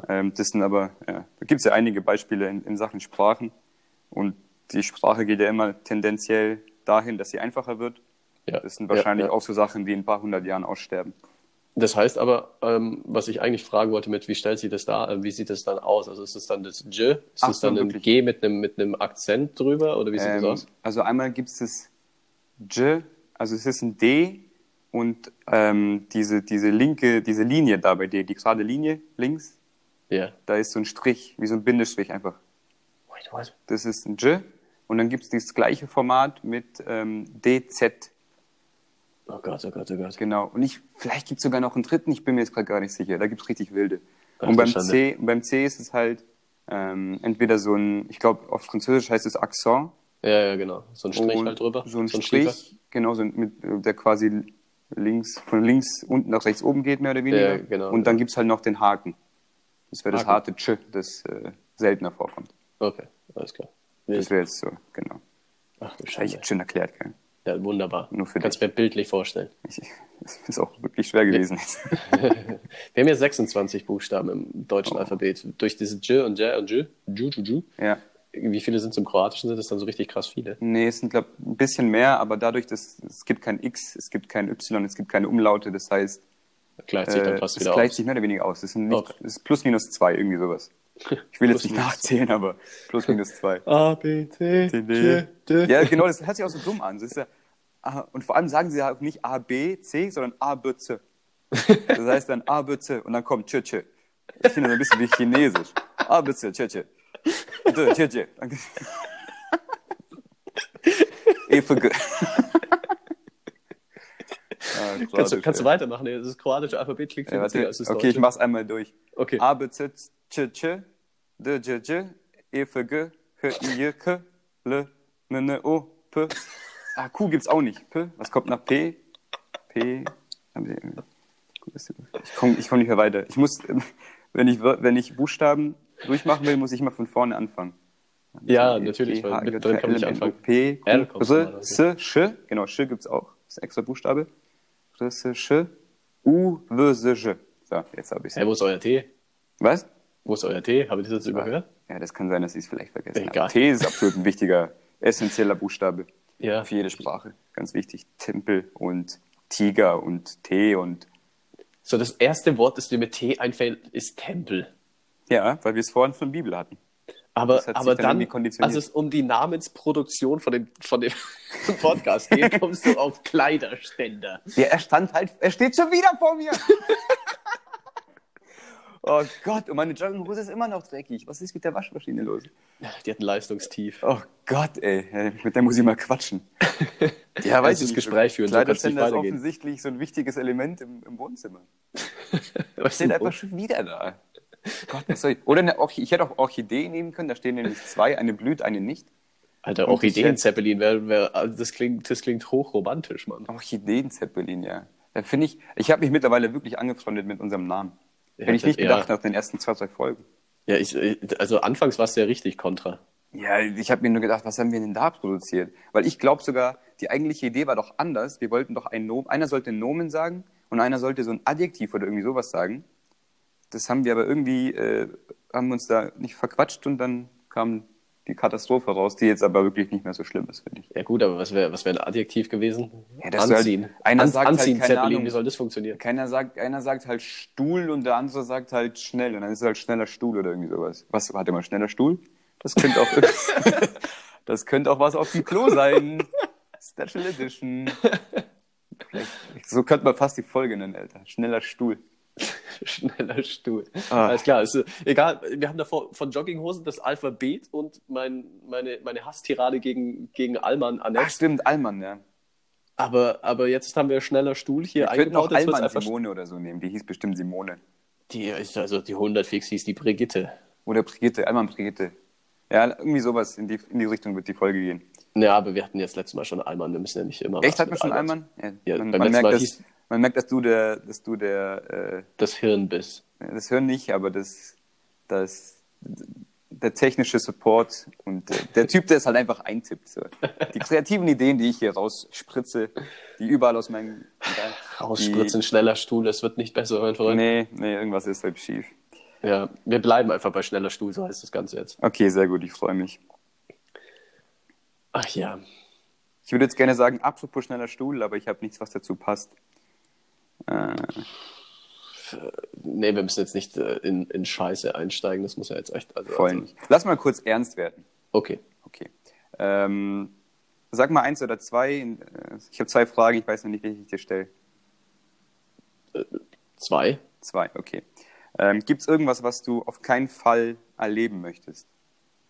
Speaker 1: Ähm, das sind aber, ja, da gibt es ja einige Beispiele in, in Sachen Sprachen. Und die Sprache geht ja immer tendenziell dahin, dass sie einfacher wird.
Speaker 2: Ja.
Speaker 1: Das sind wahrscheinlich
Speaker 2: Ja, ja.
Speaker 1: auch so Sachen, die in ein paar hundert Jahren aussterben.
Speaker 2: Das heißt aber, ähm, was ich eigentlich fragen wollte mit, wie stellt sich das dar, äh, wie sieht das dann aus? Also ist es dann das J? Ist
Speaker 1: Ach
Speaker 2: es
Speaker 1: so,
Speaker 2: dann ein
Speaker 1: wirklich?
Speaker 2: G mit einem, mit einem Akzent drüber oder wie sieht
Speaker 1: Ähm,
Speaker 2: das aus?
Speaker 1: Also einmal gibt es das J, also es ist ein D und ähm, diese, diese linke, diese Linie da bei dir, die gerade Linie links,
Speaker 2: Ja.
Speaker 1: da ist so ein Strich, wie so ein Bindestrich einfach.
Speaker 2: Wait, what?
Speaker 1: Das ist ein J und dann gibt es das gleiche Format mit ähm, DZ,
Speaker 2: Oh Gott, oh Gott, oh Gott.
Speaker 1: genau. Und ich, vielleicht gibt es sogar noch einen dritten, ich bin mir jetzt gerade gar nicht sicher, da gibt es richtig wilde.
Speaker 2: Ach,
Speaker 1: und
Speaker 2: du
Speaker 1: beim
Speaker 2: Schande.
Speaker 1: C, beim C ist es halt ähm, entweder so ein, ich glaube auf Französisch heißt es Accent,
Speaker 2: Ja, ja, genau. So ein Strich
Speaker 1: Und
Speaker 2: halt drüber.
Speaker 1: So ein
Speaker 2: Strieker.
Speaker 1: Strich, genau, so ein- mit, äh, der quasi links, von links unten nach rechts oben geht, mehr oder weniger.
Speaker 2: Ja, genau.
Speaker 1: Und dann gibt es halt noch den Haken. Das wäre das
Speaker 2: Haken.
Speaker 1: harte Tsch, das äh, seltener vorkommt.
Speaker 2: Okay, alles klar.
Speaker 1: Das wäre jetzt so, genau.
Speaker 2: Ach du
Speaker 1: Habe ich
Speaker 2: Scheiße.
Speaker 1: jetzt schön erklärt, gell?
Speaker 2: Ja, wunderbar.
Speaker 1: Nur für
Speaker 2: Kannst mir bildlich vorstellen.
Speaker 1: Ich, das ist auch wirklich schwer gewesen. jetzt.
Speaker 2: Wir haben ja 26 Buchstaben im deutschen
Speaker 1: Oh.
Speaker 2: Alphabet. Durch diese J und J und J, Ju, Ju, Ju.
Speaker 1: ja.
Speaker 2: Wie viele sind es im Kroatischen? Sind es dann so richtig krass viele?
Speaker 1: Nee, es sind, glaube ein bisschen mehr, aber dadurch, dass es gibt kein X, es gibt kein Y, es gibt keine Umlaute, das heißt,
Speaker 2: Gleicht sich
Speaker 1: äh,
Speaker 2: dann fast
Speaker 1: es
Speaker 2: wieder
Speaker 1: gleicht
Speaker 2: aus.
Speaker 1: sich mehr oder weniger aus. Es sind nicht,
Speaker 2: Okay.
Speaker 1: es ist plus minus zwei, irgendwie sowas. Ich will jetzt
Speaker 2: Plus
Speaker 1: nicht
Speaker 2: minus
Speaker 1: nachzählen, aber plus minus zwei.
Speaker 2: A, B, C,
Speaker 1: CD. Ja, genau, das hört sich auch so dumm an. Das ist ja, ah, und vor allem sagen sie ja auch nicht A, B, C, sondern A, B, C. Das heißt dann A, B, C und dann kommt Tschö, Tschö. Ich finde das ein bisschen wie Chinesisch. A, B, C, Tschö, Tschö. D, Tschö, Tschö. Danke. E für G. Ah,
Speaker 2: Kannst du,
Speaker 1: Kroatisch,
Speaker 2: kannst du
Speaker 1: ey.
Speaker 2: weitermachen? ey. Das kroatische Alphabet klingt viel
Speaker 1: Ey,
Speaker 2: witziger
Speaker 1: Äh, warte.
Speaker 2: als das
Speaker 1: Okay, ich
Speaker 2: deutsche.
Speaker 1: mach's einmal durch.
Speaker 2: Okay.
Speaker 1: A, B, C, Tschö, Tschö. D, Tschö, Tschö. E für G. H, I, J, K. L, N, N, O, P. Ah, Q gibt's auch nicht. P. Was kommt nach P? P. Haben Sie- Ich komme ich komm nicht mehr weiter. Ich muss, ähm, wenn ich, Wör- wenn ich Buchstaben durchmachen will, muss ich immer von vorne anfangen.
Speaker 2: Ja,
Speaker 1: E,
Speaker 2: natürlich,
Speaker 1: P, H,
Speaker 2: weil
Speaker 1: J,
Speaker 2: mittendrin
Speaker 1: K,
Speaker 2: kann man nicht
Speaker 1: L, M, N, O,
Speaker 2: anfangen.
Speaker 1: P, Q,
Speaker 2: R kommt
Speaker 1: R,
Speaker 2: normalerweise.
Speaker 1: S, Sch. Genau, Sch gibt's auch. Das ist ein extra Buchstabe. R, S, Sch. U, W, S, Sch. So, jetzt habe ich's.
Speaker 2: Hey, wo ist euer T?
Speaker 1: Was?
Speaker 2: Wo ist euer T? Habe ich das
Speaker 1: Ah.
Speaker 2: jetzt überhört?
Speaker 1: Ja, das kann sein, dass ich es vielleicht vergessen
Speaker 2: Egal.
Speaker 1: habe. T ist absolut ein wichtiger, essentieller Buchstabe
Speaker 2: Ja.
Speaker 1: für jede Sprache. Ganz wichtig. Tempel und Tiger und T und
Speaker 2: So, das erste Wort, das dir mit T einfällt, ist Tempel.
Speaker 1: ja, weil wir es vorhin von Bibel hatten.
Speaker 2: Aber,
Speaker 1: Das hat sich
Speaker 2: aber
Speaker 1: dann
Speaker 2: dann,
Speaker 1: irgendwie konditioniert.
Speaker 2: als es um die Namensproduktion von dem, von dem Podcast geht, kommst du auf Kleiderständer.
Speaker 1: Ja, er stand halt, er steht schon wieder vor mir. oh Gott, und meine Jogginghose ist immer noch dreckig. Was ist mit der Waschmaschine los?
Speaker 2: Die hat ein Leistungstief.
Speaker 1: Oh Gott, ey, ey, mit der muss ich mal quatschen. Ja,
Speaker 2: Kannst
Speaker 1: ich
Speaker 2: das
Speaker 1: nicht.
Speaker 2: Gespräch führen, so kann's nicht
Speaker 1: Kleiderständer ist
Speaker 2: weitergehen.
Speaker 1: offensichtlich so ein wichtiges Element im, im Wohnzimmer.
Speaker 2: Was
Speaker 1: sind einfach schon wieder da. Gott, was soll ich? Oder eine Orchi ich hätte auch Orchidee nehmen können, da stehen nämlich zwei, eine blüht, eine nicht.
Speaker 2: Alter,
Speaker 1: Und ich
Speaker 2: Orchideen-Zeppelin, wär, wär, also das, klingt, das klingt hochromantisch, Mann.
Speaker 1: Orchideen-Zeppelin, ja. Da finde ich, ich habe mich mittlerweile wirklich angefreundet mit unserem Namen.
Speaker 2: Ja,
Speaker 1: Hätte ich nicht
Speaker 2: ja.
Speaker 1: gedacht nach den ersten zwei, drei Folgen.
Speaker 2: Ja, ich, ich- also anfangs war es ja richtig kontra.
Speaker 1: Ja, ich habe mir nur gedacht, was haben wir denn da produziert? Weil ich glaube sogar, die eigentliche Idee war doch anders. Wir wollten doch ein Nomen, einer sollte einen Nomen sagen und einer sollte so ein Adjektiv oder irgendwie sowas sagen. Das haben wir aber irgendwie, äh, haben uns da nicht verquatscht und dann kam die Katastrophe raus, die jetzt aber wirklich nicht mehr so schlimm ist, finde ich.
Speaker 2: Ja gut, aber was wäre was wär ein Adjektiv gewesen?
Speaker 1: Ja, das soll- einer sagt halt,
Speaker 2: Anziehen,
Speaker 1: keine
Speaker 2: Zeppelin,
Speaker 1: Ahnung.
Speaker 2: wie soll das funktionieren?
Speaker 1: Keiner sagt, einer sagt halt Stuhl und der andere sagt halt schnell. Und dann ist es halt schneller Stuhl oder irgendwie sowas. Was, warte mal, schneller Stuhl? Das könnte auch, das könnte auch was auf dem Klo sein. Special Edition. Vielleicht, So könnte man fast die Folge nennen, Alter. Schneller Stuhl.
Speaker 2: Schneller Stuhl.
Speaker 1: Ah.
Speaker 2: Alles klar, ist, äh, egal. Wir haben davor von Jogginghosen das Alphabet und mein, meine, meine Hasstirade gegen, gegen Allmann
Speaker 1: Ach,
Speaker 2: annexed.
Speaker 1: stimmt, Allmann, ja.
Speaker 2: Aber, aber jetzt haben wir schneller Stuhl hier
Speaker 1: Wir könnten auch
Speaker 2: eingebaut. Jetzt wird's
Speaker 1: Allmann
Speaker 2: einfach-
Speaker 1: Simone oder so nehmen. Die hieß bestimmt Simone.
Speaker 2: die, ist also die 100 Fix hieß die Brigitte.
Speaker 1: Oder Brigitte, Allmann Brigitte. Ja, irgendwie sowas. In die, in die Richtung wird die Folge gehen.
Speaker 2: Ja, aber wir hatten jetzt letztes Mal schon Allmann. Wir müssen ja nicht immer.
Speaker 1: Echt,
Speaker 2: was
Speaker 1: hat man
Speaker 2: mit
Speaker 1: schon
Speaker 2: Allmann-
Speaker 1: Allmann?
Speaker 2: Ja,
Speaker 1: man,
Speaker 2: beim
Speaker 1: man,
Speaker 2: letzten
Speaker 1: merkt,
Speaker 2: Mal
Speaker 1: dass,
Speaker 2: hieß-
Speaker 1: man merkt, dass du der, dass du der,
Speaker 2: Das Hirnbiss.
Speaker 1: äh, das hören nicht, aber das, das, der technische Support und äh, der Typ, der es halt einfach eintippt. So. Die kreativen Ideen, die ich hier rausspritze, die überall aus meinem...
Speaker 2: Rausspritzen, schneller Stuhl, das wird nicht besser, mein
Speaker 1: Die,
Speaker 2: Freund.
Speaker 1: nee, nee, irgendwas ist halt schief.
Speaker 2: Ja, wir bleiben einfach bei schneller Stuhl, so heißt das Ganze jetzt.
Speaker 1: Okay, sehr gut, ich freue mich.
Speaker 2: Ach ja.
Speaker 1: Ich würde jetzt gerne sagen, apropos schneller Stuhl, aber ich habe nichts, was dazu passt.
Speaker 2: Nee, wir müssen jetzt nicht äh, in, in Scheiße einsteigen, das muss ja jetzt echt. Also,
Speaker 1: Voll
Speaker 2: also,
Speaker 1: nicht. Lass mal kurz ernst werden.
Speaker 2: okay.
Speaker 1: Okay. Ähm, sag mal eins oder zwei. äh, Ich habe zwei Fragen, ich weiß noch nicht, welche ich dir stelle.
Speaker 2: Zwei.
Speaker 1: Zwei, okay. Ähm, Gibt es irgendwas, was du auf keinen Fall erleben möchtest?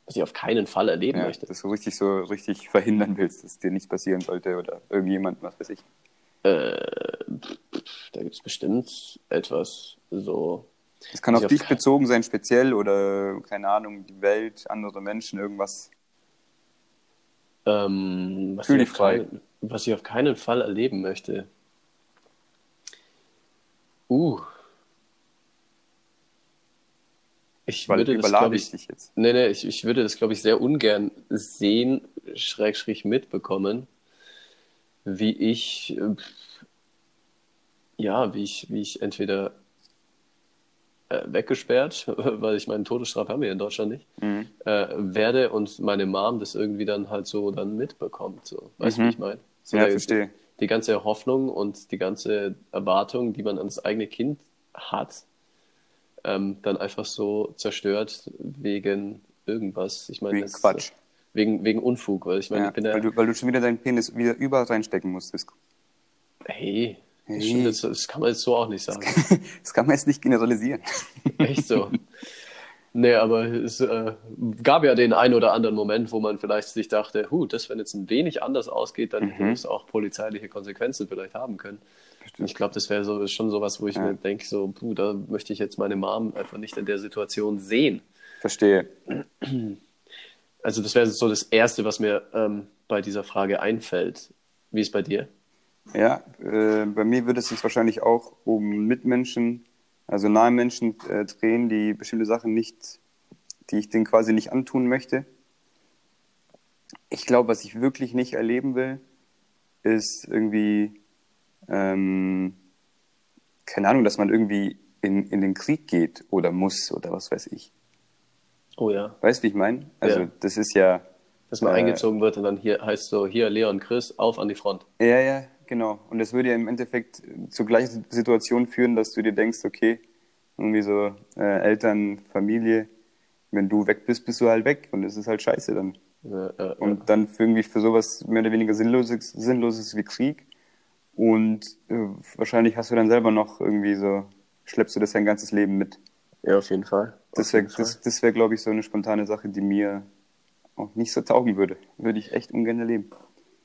Speaker 2: Was ich auf keinen Fall erleben
Speaker 1: Ja,
Speaker 2: möchte.
Speaker 1: dass du richtig so richtig verhindern willst, dass dir nichts passieren sollte oder irgendjemand, was weiß ich.
Speaker 2: Da gibt es bestimmt etwas so.
Speaker 1: Es kann
Speaker 2: Ich
Speaker 1: auf
Speaker 2: Also auf
Speaker 1: dich
Speaker 2: kein-
Speaker 1: bezogen sein, speziell oder keine Ahnung, die Welt, andere Menschen, irgendwas.
Speaker 2: Ähm, was,
Speaker 1: Fühl
Speaker 2: ich
Speaker 1: dich
Speaker 2: auf
Speaker 1: frei.
Speaker 2: keinen, was ich auf keinen Fall erleben möchte. Uh. Ich
Speaker 1: Weil
Speaker 2: würde das,
Speaker 1: überlade
Speaker 2: glaube
Speaker 1: ich
Speaker 2: ich,
Speaker 1: dich jetzt.
Speaker 2: Nee, nee, ich, ich würde das, glaube ich, sehr ungern sehen, schrägstrich mitbekommen, wie ich, äh, ja, wie ich, wie ich entweder äh, weggesperrt, weil ich meine Todesstrafe haben wir in Deutschland nicht,
Speaker 1: Mhm.
Speaker 2: äh, werde und meine Mom das irgendwie dann halt so dann mitbekommt. So. Weißt du, wie ich meine? So,
Speaker 1: Mhm. Ja,
Speaker 2: der-
Speaker 1: verstehe.
Speaker 2: Die ganze Hoffnung und die ganze Erwartung, die man an das eigene Kind hat, ähm, dann einfach so zerstört wegen irgendwas. Ich meine,
Speaker 1: Wegen
Speaker 2: das-
Speaker 1: Quatsch.
Speaker 2: Wegen, wegen Unfug, weil ich meine,
Speaker 1: Ja,
Speaker 2: ich bin der.
Speaker 1: weil, du, weil du schon wieder deinen Penis wieder überall reinstecken musstest.
Speaker 2: hey, das,
Speaker 1: Hey.
Speaker 2: Das, das kann man jetzt so auch nicht sagen.
Speaker 1: Das kann man jetzt nicht generalisieren.
Speaker 2: Echt so. Nee, aber es äh, gab ja den einen oder anderen Moment, wo man vielleicht sich dachte, huh, das, wenn jetzt ein wenig anders
Speaker 1: Mhm.
Speaker 2: ausgeht, dann hätte es auch polizeiliche Konsequenzen vielleicht haben können. Ich glaube, das wäre so, schon sowas, wo ich mir denke, so, puh, da möchte ich jetzt meine Mom einfach nicht in der Situation sehen.
Speaker 1: Verstehe.
Speaker 2: Also das wäre so das Erste, was mir ähm, bei dieser Frage einfällt. Wie ist bei dir?
Speaker 1: Ja, äh, bei mir würde es sich wahrscheinlich auch um Mitmenschen, also nahe Menschen äh, drehen, die bestimmte Sachen nicht, die ich denen quasi nicht antun möchte. Ich glaube, was ich wirklich nicht erleben will, ist irgendwie, ähm, keine Ahnung, dass man irgendwie in, in den Krieg geht oder muss oder was weiß ich.
Speaker 2: Oh ja.
Speaker 1: Weißt du, wie ich meine? Also,
Speaker 2: Ja.
Speaker 1: das ist ja,
Speaker 2: Dass man
Speaker 1: Äh,
Speaker 2: eingezogen wird und dann hier heißt so, hier Leon, Chris, auf an die Front.
Speaker 1: Ja, ja, genau. Und das würde ja im Endeffekt zur gleichen Situation führen, dass du dir denkst, okay, irgendwie so äh, Eltern, Familie, wenn du weg bist, bist du halt weg und es ist halt scheiße dann.
Speaker 2: Äh, äh,
Speaker 1: Und dann für irgendwie für sowas mehr oder weniger Sinnloses, Sinnloses wie Krieg. Und äh, wahrscheinlich hast du dann selber noch irgendwie so, schleppst du das dein ganzes Leben mit.
Speaker 2: ja, auf jeden Fall.
Speaker 1: Das wäre, das, das wär, glaube ich, so eine spontane Sache, die mir auch nicht so taugen würde. Würde ich echt ungern erleben.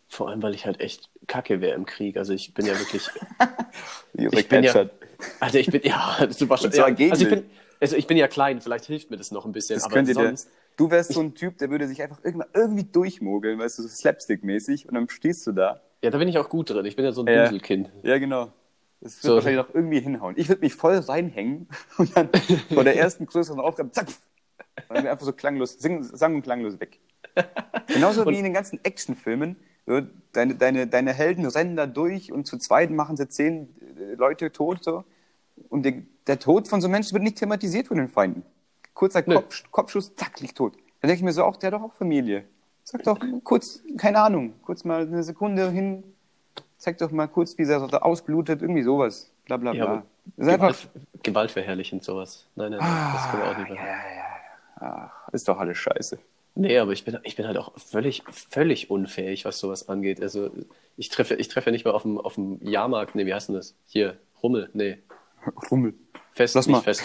Speaker 2: Vor allem, weil ich halt echt kacke wäre im Krieg. Also ich bin ja wirklich.
Speaker 1: Direkt
Speaker 2: ich bin ja.
Speaker 1: Headshot.
Speaker 2: Also ich bin. Ja, super
Speaker 1: Und zwar
Speaker 2: ja,
Speaker 1: gegen
Speaker 2: also, ich
Speaker 1: dich.
Speaker 2: bin, also ich bin ja klein, vielleicht hilft mir das noch ein bisschen.
Speaker 1: Das
Speaker 2: aber
Speaker 1: könnte dir,
Speaker 2: sonst.
Speaker 1: du wärst so ein Typ, der würde sich einfach irgendwann irgendwie durchmogeln, weißt du, so slapstick-mäßig und dann stehst du da.
Speaker 2: Ja, da bin ich auch gut drin. Ich bin ja so ein
Speaker 1: Ja.
Speaker 2: Duselkind.
Speaker 1: Ja, genau. Das wird
Speaker 2: So.
Speaker 1: wahrscheinlich noch irgendwie hinhauen. Ich würde mich voll reinhängen und dann vor der ersten größeren Aufgabe, zack, dann wir einfach so klanglos, sing, sang und klanglos weg. Genauso wie in den ganzen Actionfilmen. So, deine, deine, deine Helden rennen da durch und zu zweit machen sie zehn äh, Leute tot. So. Und der, der Tod von so Menschen wird nicht thematisiert von den Feinden. Kurzer
Speaker 2: Nö.
Speaker 1: Kopf, Kopfschuss, zack, liegt tot. Dann denke ich mir so, auch der hat doch auch Familie. Sag doch kurz, keine Ahnung, kurz mal eine Sekunde hin, zeig doch mal kurz, wie er so ausblutet, irgendwie sowas. Bla bla bla.
Speaker 2: Ja, aber
Speaker 1: das ist einfach.
Speaker 2: Gewalt, gewaltverherrlichend sowas. Nein, nein, nein das können wir auch nicht machen.
Speaker 1: Ist doch alles scheiße.
Speaker 2: Nee, aber ich bin, ich bin halt auch völlig, völlig unfähig, was sowas angeht. Also ich treffe, ich treffe nicht mal auf dem, auf dem Jahrmarkt, nee, wie heißt denn das? Hier, Rummel, nee.
Speaker 1: Rummel.
Speaker 2: Fest,
Speaker 1: Lass
Speaker 2: nicht
Speaker 1: mal.
Speaker 2: Fest,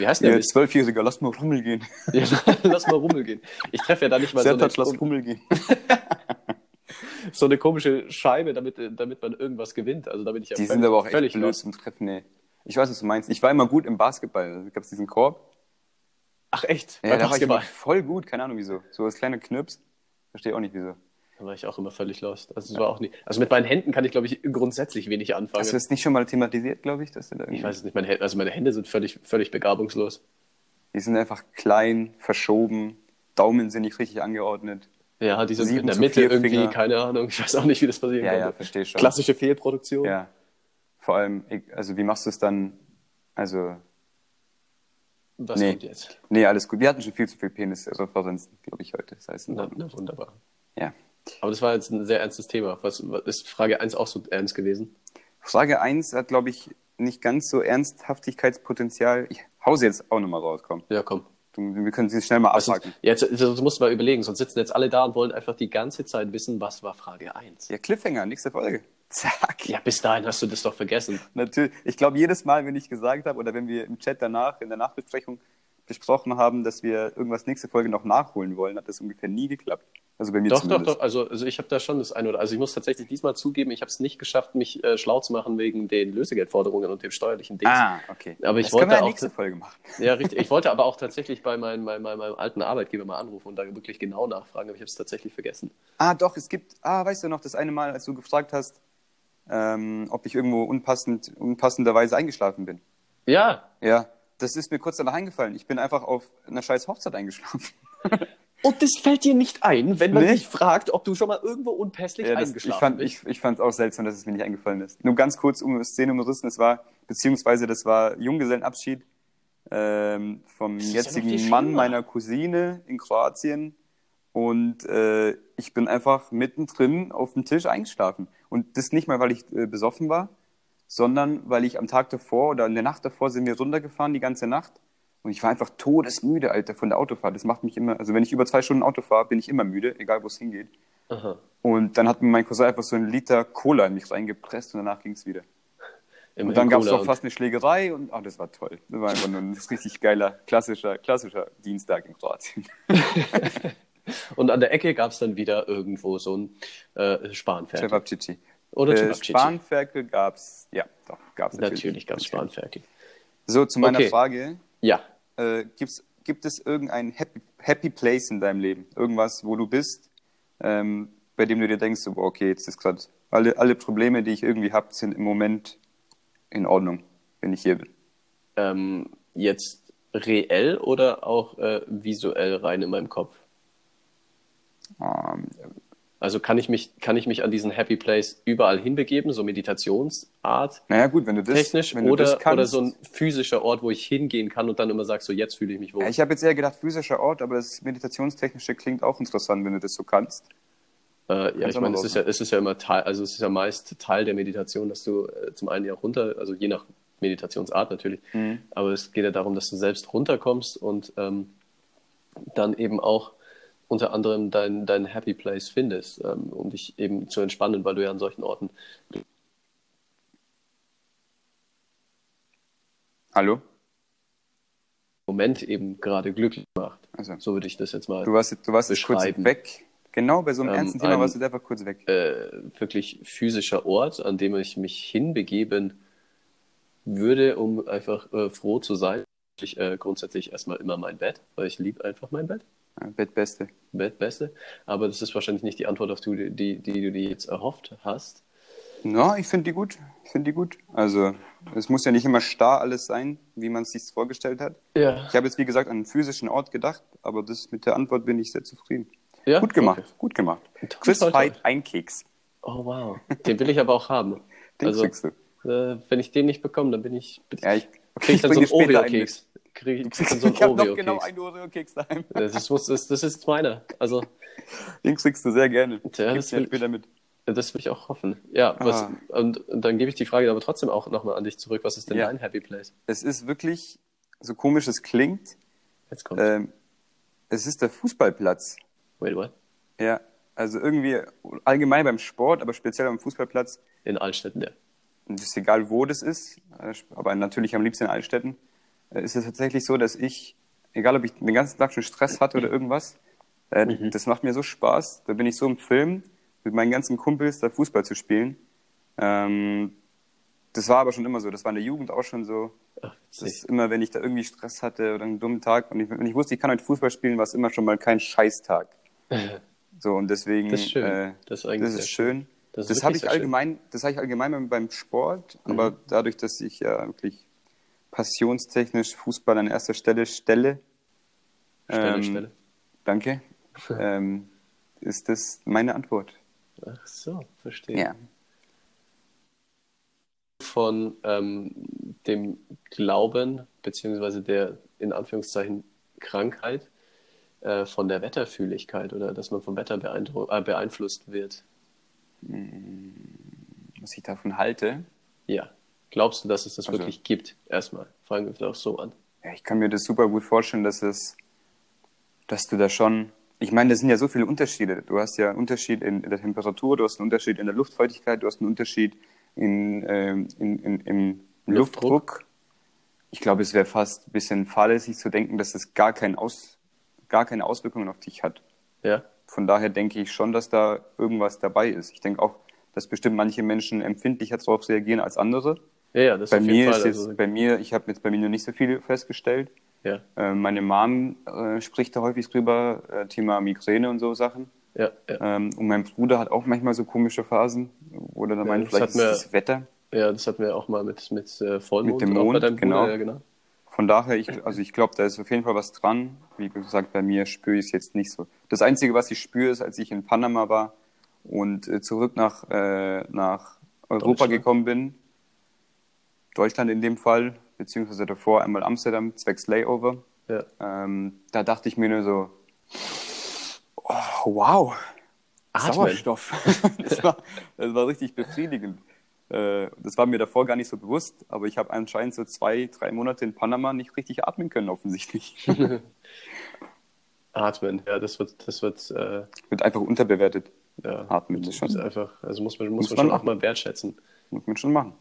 Speaker 2: Wie heißt
Speaker 1: Ja,
Speaker 2: der nicht?
Speaker 1: Zwölfjähriger, lass mal Rummel gehen.
Speaker 2: Ja, lass mal Rummel gehen. Ich treffe ja da nicht mal so eine,
Speaker 1: Sertac, lass Rummel gehen.
Speaker 2: so eine komische Scheibe, damit, äh, damit man irgendwas gewinnt. Also da bin ich ja
Speaker 1: Die
Speaker 2: völlig,
Speaker 1: sind aber auch echt
Speaker 2: völlig
Speaker 1: blöd
Speaker 2: lost.
Speaker 1: zum Treffen, ey. Ich weiß, was du meinst. Ich war immer gut im Basketball. Da gab es diesen Korb.
Speaker 2: Ach echt?
Speaker 1: Ja,
Speaker 2: Bei
Speaker 1: da war ich immer
Speaker 2: Basketball.
Speaker 1: voll gut, keine Ahnung wieso. So als kleiner Knirps. Verstehe auch nicht wieso.
Speaker 2: Da war ich auch immer völlig lost. Also, es war auch nie. Also mit meinen Händen kann ich, glaube ich, grundsätzlich wenig anfangen.
Speaker 1: Hast du das nicht schon mal thematisiert, glaube ich? Dass du da irgendwie...
Speaker 2: ich weiß es nicht, meine Hände, also meine Hände sind völlig, völlig begabungslos.
Speaker 1: Die sind einfach klein, verschoben, Daumen sind nicht richtig angeordnet.
Speaker 2: Ja, die sind
Speaker 1: Sieben
Speaker 2: in der
Speaker 1: zu
Speaker 2: Mitte
Speaker 1: vier
Speaker 2: irgendwie,
Speaker 1: Finger.
Speaker 2: keine Ahnung, ich weiß auch nicht, wie das passieren
Speaker 1: Ja,
Speaker 2: konnte.
Speaker 1: ja, verstehe schon.
Speaker 2: Klassische Fehlproduktion.
Speaker 1: Ja. Vor allem, ich- also wie machst du es dann? Also,
Speaker 2: Was
Speaker 1: Nee.
Speaker 2: kommt jetzt?
Speaker 1: nee, alles gut. Wir hatten schon viel zu viel also Penis-Referenzen, glaube ich, heute. Das heißt,
Speaker 2: Na, na, wunderbar.
Speaker 1: ja.
Speaker 2: Aber das war jetzt ein sehr ernstes Thema. Was, was ist Frage 1 auch so ernst gewesen?
Speaker 1: Frage 1 hat, glaube ich, nicht ganz so Ernsthaftigkeitspotenzial. Ich hause jetzt auch nochmal raus, komm.
Speaker 2: Ja, komm.
Speaker 1: Du, wir können sie schnell mal
Speaker 2: Was ist,
Speaker 1: abhaken.
Speaker 2: jetzt, das musst du mal überlegen, sonst sitzen jetzt alle da und wollen einfach die ganze Zeit wissen, was war Frage 1.
Speaker 1: Ja, Cliffhanger, nächste Folge. Zack.
Speaker 2: Ja, bis dahin hast du das doch vergessen.
Speaker 1: Natürlich. Ich glaube, jedes Mal, wenn ich gesagt habe oder wenn wir im Chat danach, in der Nachbesprechung besprochen haben, dass wir irgendwas nächste Folge noch nachholen wollen, hat das ungefähr nie geklappt. Also bei mir
Speaker 2: Doch, doch,
Speaker 1: zumindest.
Speaker 2: doch. Also, also ich habe da schon das eine oder also ich muss tatsächlich diesmal zugeben, ich habe es nicht geschafft, mich äh, schlau zu machen wegen den Lösegeldforderungen und dem steuerlichen Dings.
Speaker 1: Ah, okay.
Speaker 2: Aber ich
Speaker 1: das können
Speaker 2: wollte
Speaker 1: wir ja
Speaker 2: auch-
Speaker 1: nächste Folge machen.
Speaker 2: Ja, richtig. Ich wollte aber auch tatsächlich bei meinem, meinem, meinem meinem alten Arbeitgeber mal anrufen und da wirklich genau nachfragen, aber ich habe es tatsächlich vergessen.
Speaker 1: Ah, doch, es gibt, ah, weißt du noch, das eine Mal, als du gefragt hast, ähm, ob ich irgendwo unpassend, unpassenderweise eingeschlafen bin.
Speaker 2: Ja.
Speaker 1: Ja, das ist mir kurz danach eingefallen. Ich bin einfach auf einer scheiß Hochzeit eingeschlafen.
Speaker 2: Und das fällt dir nicht ein, wenn man
Speaker 1: Nee.
Speaker 2: dich fragt, ob du schon mal irgendwo unpässlich
Speaker 1: Ja, das, ich
Speaker 2: eingeschlafen
Speaker 1: fand es
Speaker 2: bist.
Speaker 1: ich, ich fand's auch seltsam, dass es mir nicht eingefallen ist. Nur ganz kurz um Szene umrissen, es war, beziehungsweise das war Junggesellenabschied ähm, vom
Speaker 2: ist ja noch viel
Speaker 1: jetzigen
Speaker 2: schlimmer.
Speaker 1: Mann meiner Cousine in Kroatien. Und äh, ich bin einfach mittendrin auf dem Tisch eingeschlafen. Und das nicht mal, weil ich äh, besoffen war, sondern weil ich am Tag davor oder in der Nacht davor sind wir runtergefahren die ganze Nacht. Und ich war einfach todesmüde, Alter, von der Autofahrt. Das macht mich immer, also wenn ich über zwei Stunden Auto fahre, bin ich immer müde, egal wo es hingeht.
Speaker 2: Aha.
Speaker 1: Und dann hat mir mein Cousin einfach so einen Liter Cola in mich reingepresst und danach ging es wieder.
Speaker 2: Immerhin
Speaker 1: Und dann gab es
Speaker 2: Cola
Speaker 1: auch fast eine Schlägerei und ach, das war toll. Das war einfach nur ein richtig geiler, klassischer, klassischer Dienstag in Kroatien.
Speaker 2: und, und an der Ecke gab es dann wieder irgendwo so ein äh, Spanferkel.
Speaker 1: Cevapcici.
Speaker 2: Oder
Speaker 1: äh,
Speaker 2: Cevapcici.
Speaker 1: Spanferkel gab's, ja, doch, gab's natürlich.
Speaker 2: Natürlich gab es Spanferkel.
Speaker 1: So, zu meiner
Speaker 2: Okay.
Speaker 1: Frage,
Speaker 2: Ja.
Speaker 1: äh, gibt's, gibt es irgendein happy, happy Place in deinem Leben? Irgendwas, wo du bist, ähm, bei dem du dir denkst, so, boah, okay, jetzt ist gerade, alle, alle Probleme, die ich irgendwie hab, sind im Moment in Ordnung, wenn ich hier bin.
Speaker 2: Ähm, jetzt reell oder auch äh, visuell rein in meinem Kopf?
Speaker 1: Ähm,
Speaker 2: Also kann ich mich, kann ich mich an diesen Happy Place überall hinbegeben, so Meditationsart,
Speaker 1: Naja, gut, wenn du das,
Speaker 2: technisch
Speaker 1: wenn du
Speaker 2: oder,
Speaker 1: das kannst.
Speaker 2: oder so ein physischer Ort, wo ich hingehen kann und dann immer sagst, so jetzt fühle ich mich wohl.
Speaker 1: ja, ich habe jetzt eher gedacht, physischer Ort, aber das Meditationstechnische klingt auch interessant, wenn du das so kannst.
Speaker 2: äh, ja,
Speaker 1: kann's
Speaker 2: ich
Speaker 1: auch
Speaker 2: meine,
Speaker 1: mal
Speaker 2: es ist ja, es ist ja immer Teil, also es ist ja meist Teil der Meditation, dass du äh, zum einen ja runter, also je nach Meditationsart natürlich, aber es geht ja darum, dass du selbst runterkommst und ähm, dann eben auch unter anderem dein, dein Happy Place findest, ähm, um dich eben zu entspannen, weil du ja an solchen Orten
Speaker 1: Hallo?
Speaker 2: im Moment eben gerade glücklich macht.
Speaker 1: Also,
Speaker 2: So würde ich das jetzt mal
Speaker 1: du warst, jetzt- du warst jetzt kurz
Speaker 2: Beschreiben.
Speaker 1: weg. Genau, bei so einem
Speaker 2: Ähm,
Speaker 1: ernsten Thema
Speaker 2: ein-
Speaker 1: warst du jetzt einfach kurz weg.
Speaker 2: äh, wirklich physischer Ort, an dem ich mich hinbegeben würde, um einfach äh, froh zu sein. Ich, äh, grundsätzlich erstmal immer mein Bett, weil ich liebe einfach mein Bett.
Speaker 1: Ja, Bettbeste.
Speaker 2: Bett beste. Aber das ist wahrscheinlich nicht die Antwort, auf die, die, die du dir jetzt erhofft hast.
Speaker 1: Na, ich finde die gut. Ich finde die gut. Also, es muss ja nicht immer starr alles sein, wie man es sich vorgestellt hat.
Speaker 2: Ja.
Speaker 1: Ich habe jetzt, wie gesagt, an einen physischen Ort gedacht, aber das mit der Antwort bin ich sehr zufrieden.
Speaker 2: Ja?
Speaker 1: Gut gemacht,
Speaker 2: Okay.
Speaker 1: gut gemacht.
Speaker 2: toll,
Speaker 1: Chris
Speaker 2: toll, toll.
Speaker 1: Veit, ein Keks.
Speaker 2: Oh wow. Den will ich aber auch haben.
Speaker 1: Den
Speaker 2: also,
Speaker 1: kriegst du.
Speaker 2: Äh, wenn ich den nicht bekomme, dann bin ich. Bin
Speaker 1: Ja, ich-
Speaker 2: krieg ich dann
Speaker 1: ich
Speaker 2: so
Speaker 1: bring
Speaker 2: einen
Speaker 1: dir später einen
Speaker 2: Oreo-Keks. Krieg ich dann so einen
Speaker 1: ich habe noch
Speaker 2: Oreo-Keks.
Speaker 1: genau einen Oreo-Keks daheim.
Speaker 2: das, ist, das, das ist meiner. Also.
Speaker 1: Den kriegst du sehr gerne.
Speaker 2: Tja,
Speaker 1: Gib's
Speaker 2: das
Speaker 1: dir
Speaker 2: will-
Speaker 1: später mit.
Speaker 2: Ja, Das würde ich auch hoffen. Ja, was,
Speaker 1: Ah.
Speaker 2: und, und dann gebe ich die Frage aber trotzdem auch nochmal an dich zurück. Was ist denn
Speaker 1: Ja.
Speaker 2: dein Happy Place?
Speaker 1: Es ist wirklich, so komisch es klingt, Äh.
Speaker 2: Jetzt kommt.
Speaker 1: ähm, es ist der Fußballplatz.
Speaker 2: Wait, what?
Speaker 1: Ja, also irgendwie allgemein beim Sport, aber speziell am Fußballplatz,
Speaker 2: In Altstädten, ja.
Speaker 1: und es ist egal, wo das ist, äh, aber natürlich am liebsten in Altstädten, äh, ist es tatsächlich so, dass ich, egal ob ich den ganzen Tag schon Stress hatte oder irgendwas, äh,
Speaker 2: Mhm.
Speaker 1: das macht mir so Spaß. Da bin ich so im Film, mit meinen ganzen Kumpels da Fußball zu spielen. Ähm, das war aber schon immer so, das war in der Jugend auch schon so.
Speaker 2: Ach,
Speaker 1: Das ist immer, wenn ich da irgendwie Stress hatte oder einen dummen Tag und ich, wenn ich wusste, ich kann heute Fußball spielen, war es immer schon mal kein Scheißtag. So, und deswegen,
Speaker 2: Das ist schön.
Speaker 1: Äh,
Speaker 2: Das
Speaker 1: das
Speaker 2: ist
Speaker 1: ist,
Speaker 2: eigentlich sehr
Speaker 1: schön.
Speaker 2: Das
Speaker 1: Das,
Speaker 2: ist wirklich
Speaker 1: habe ich
Speaker 2: sehr schön. Mhm.
Speaker 1: allgemein, das habe ich allgemein beim, beim Sport, aber dadurch, dass ich ja wirklich passionstechnisch Fußball an erster Stelle stelle,
Speaker 2: Stelle,
Speaker 1: ähm,
Speaker 2: Stelle.
Speaker 1: danke, ähm, ist das meine Antwort.
Speaker 2: Ach so, verstehe.
Speaker 1: Ja.
Speaker 2: Von ähm, dem Glauben, beziehungsweise der in Anführungszeichen Krankheit, äh, von der Wetterfühligkeit oder dass man vom Wetter beeindru- äh, beeinflusst wird.
Speaker 1: Was ich davon halte,
Speaker 2: Ja. Glaubst du, dass es das
Speaker 1: Also-
Speaker 2: wirklich gibt? Erstmal. Fangen wir doch so an.
Speaker 1: ja, ich kann mir das super gut vorstellen, dass es, dass du da schon, ich meine, das sind ja so viele Unterschiede. Du hast ja einen Unterschied in der Temperatur, du hast einen Unterschied in der Luftfeuchtigkeit, du hast einen Unterschied in, ähm, in, in, im
Speaker 2: Luftdruck.
Speaker 1: Luftdruck. Ich glaube, es wäre fast ein bisschen fahrlässig zu denken, dass es gar, keinen Aus, gar keine Auswirkungen auf dich hat.
Speaker 2: Ja.
Speaker 1: Von daher denke ich schon, dass da irgendwas dabei ist. Ich denke auch, dass bestimmt manche Menschen empfindlicher darauf reagieren als andere.
Speaker 2: Ja, ja, das
Speaker 1: Bei
Speaker 2: auf jeden
Speaker 1: mir
Speaker 2: Fall.
Speaker 1: ist
Speaker 2: also,
Speaker 1: jetzt, bei mir, ich habe jetzt bei mir noch nicht so viel festgestellt.
Speaker 2: ja,
Speaker 1: Äh, Meine Mom äh, spricht da häufig drüber, äh, Thema Migräne und so Sachen.
Speaker 2: ja, ja.
Speaker 1: Ähm, und mein Bruder hat auch manchmal so komische Phasen, wo er dann meint,
Speaker 2: das
Speaker 1: vielleicht
Speaker 2: hat
Speaker 1: ist
Speaker 2: mir-
Speaker 1: das Wetter.
Speaker 2: Ja, das hatten wir auch mal mit, mit äh, Vollmond.
Speaker 1: Mit dem
Speaker 2: auch bei
Speaker 1: Mond,
Speaker 2: deinem
Speaker 1: genau.
Speaker 2: Bruder, ja, genau.
Speaker 1: Von daher, ich, also ich glaube, da ist auf jeden Fall was dran. Wie gesagt, bei mir spüre ich es jetzt nicht so. Das Einzige, was ich spüre, ist, als ich in Panama war und äh, zurück nach, äh, nach Europa
Speaker 2: Deutschland.
Speaker 1: gekommen bin, Deutschland in dem Fall, beziehungsweise davor einmal Amsterdam, zwecks Layover.
Speaker 2: Ja.
Speaker 1: Ähm, da dachte ich mir nur so, oh, wow,
Speaker 2: Atmen.
Speaker 1: Sauerstoff. das, war, das war richtig befriedigend. Äh, Das war mir davor gar nicht so bewusst, aber ich habe anscheinend so zwei, drei Monate in Panama nicht richtig atmen können, offensichtlich.
Speaker 2: Atmen, ja, das wird, das wird, äh,
Speaker 1: Wird einfach unterbewertet.
Speaker 2: ja,
Speaker 1: Atmen ist
Speaker 2: ist
Speaker 1: schon,
Speaker 2: einfach, also muss man, muss
Speaker 1: Muss
Speaker 2: man schon
Speaker 1: man
Speaker 2: auch mal wertschätzen.
Speaker 1: muss man schon machen.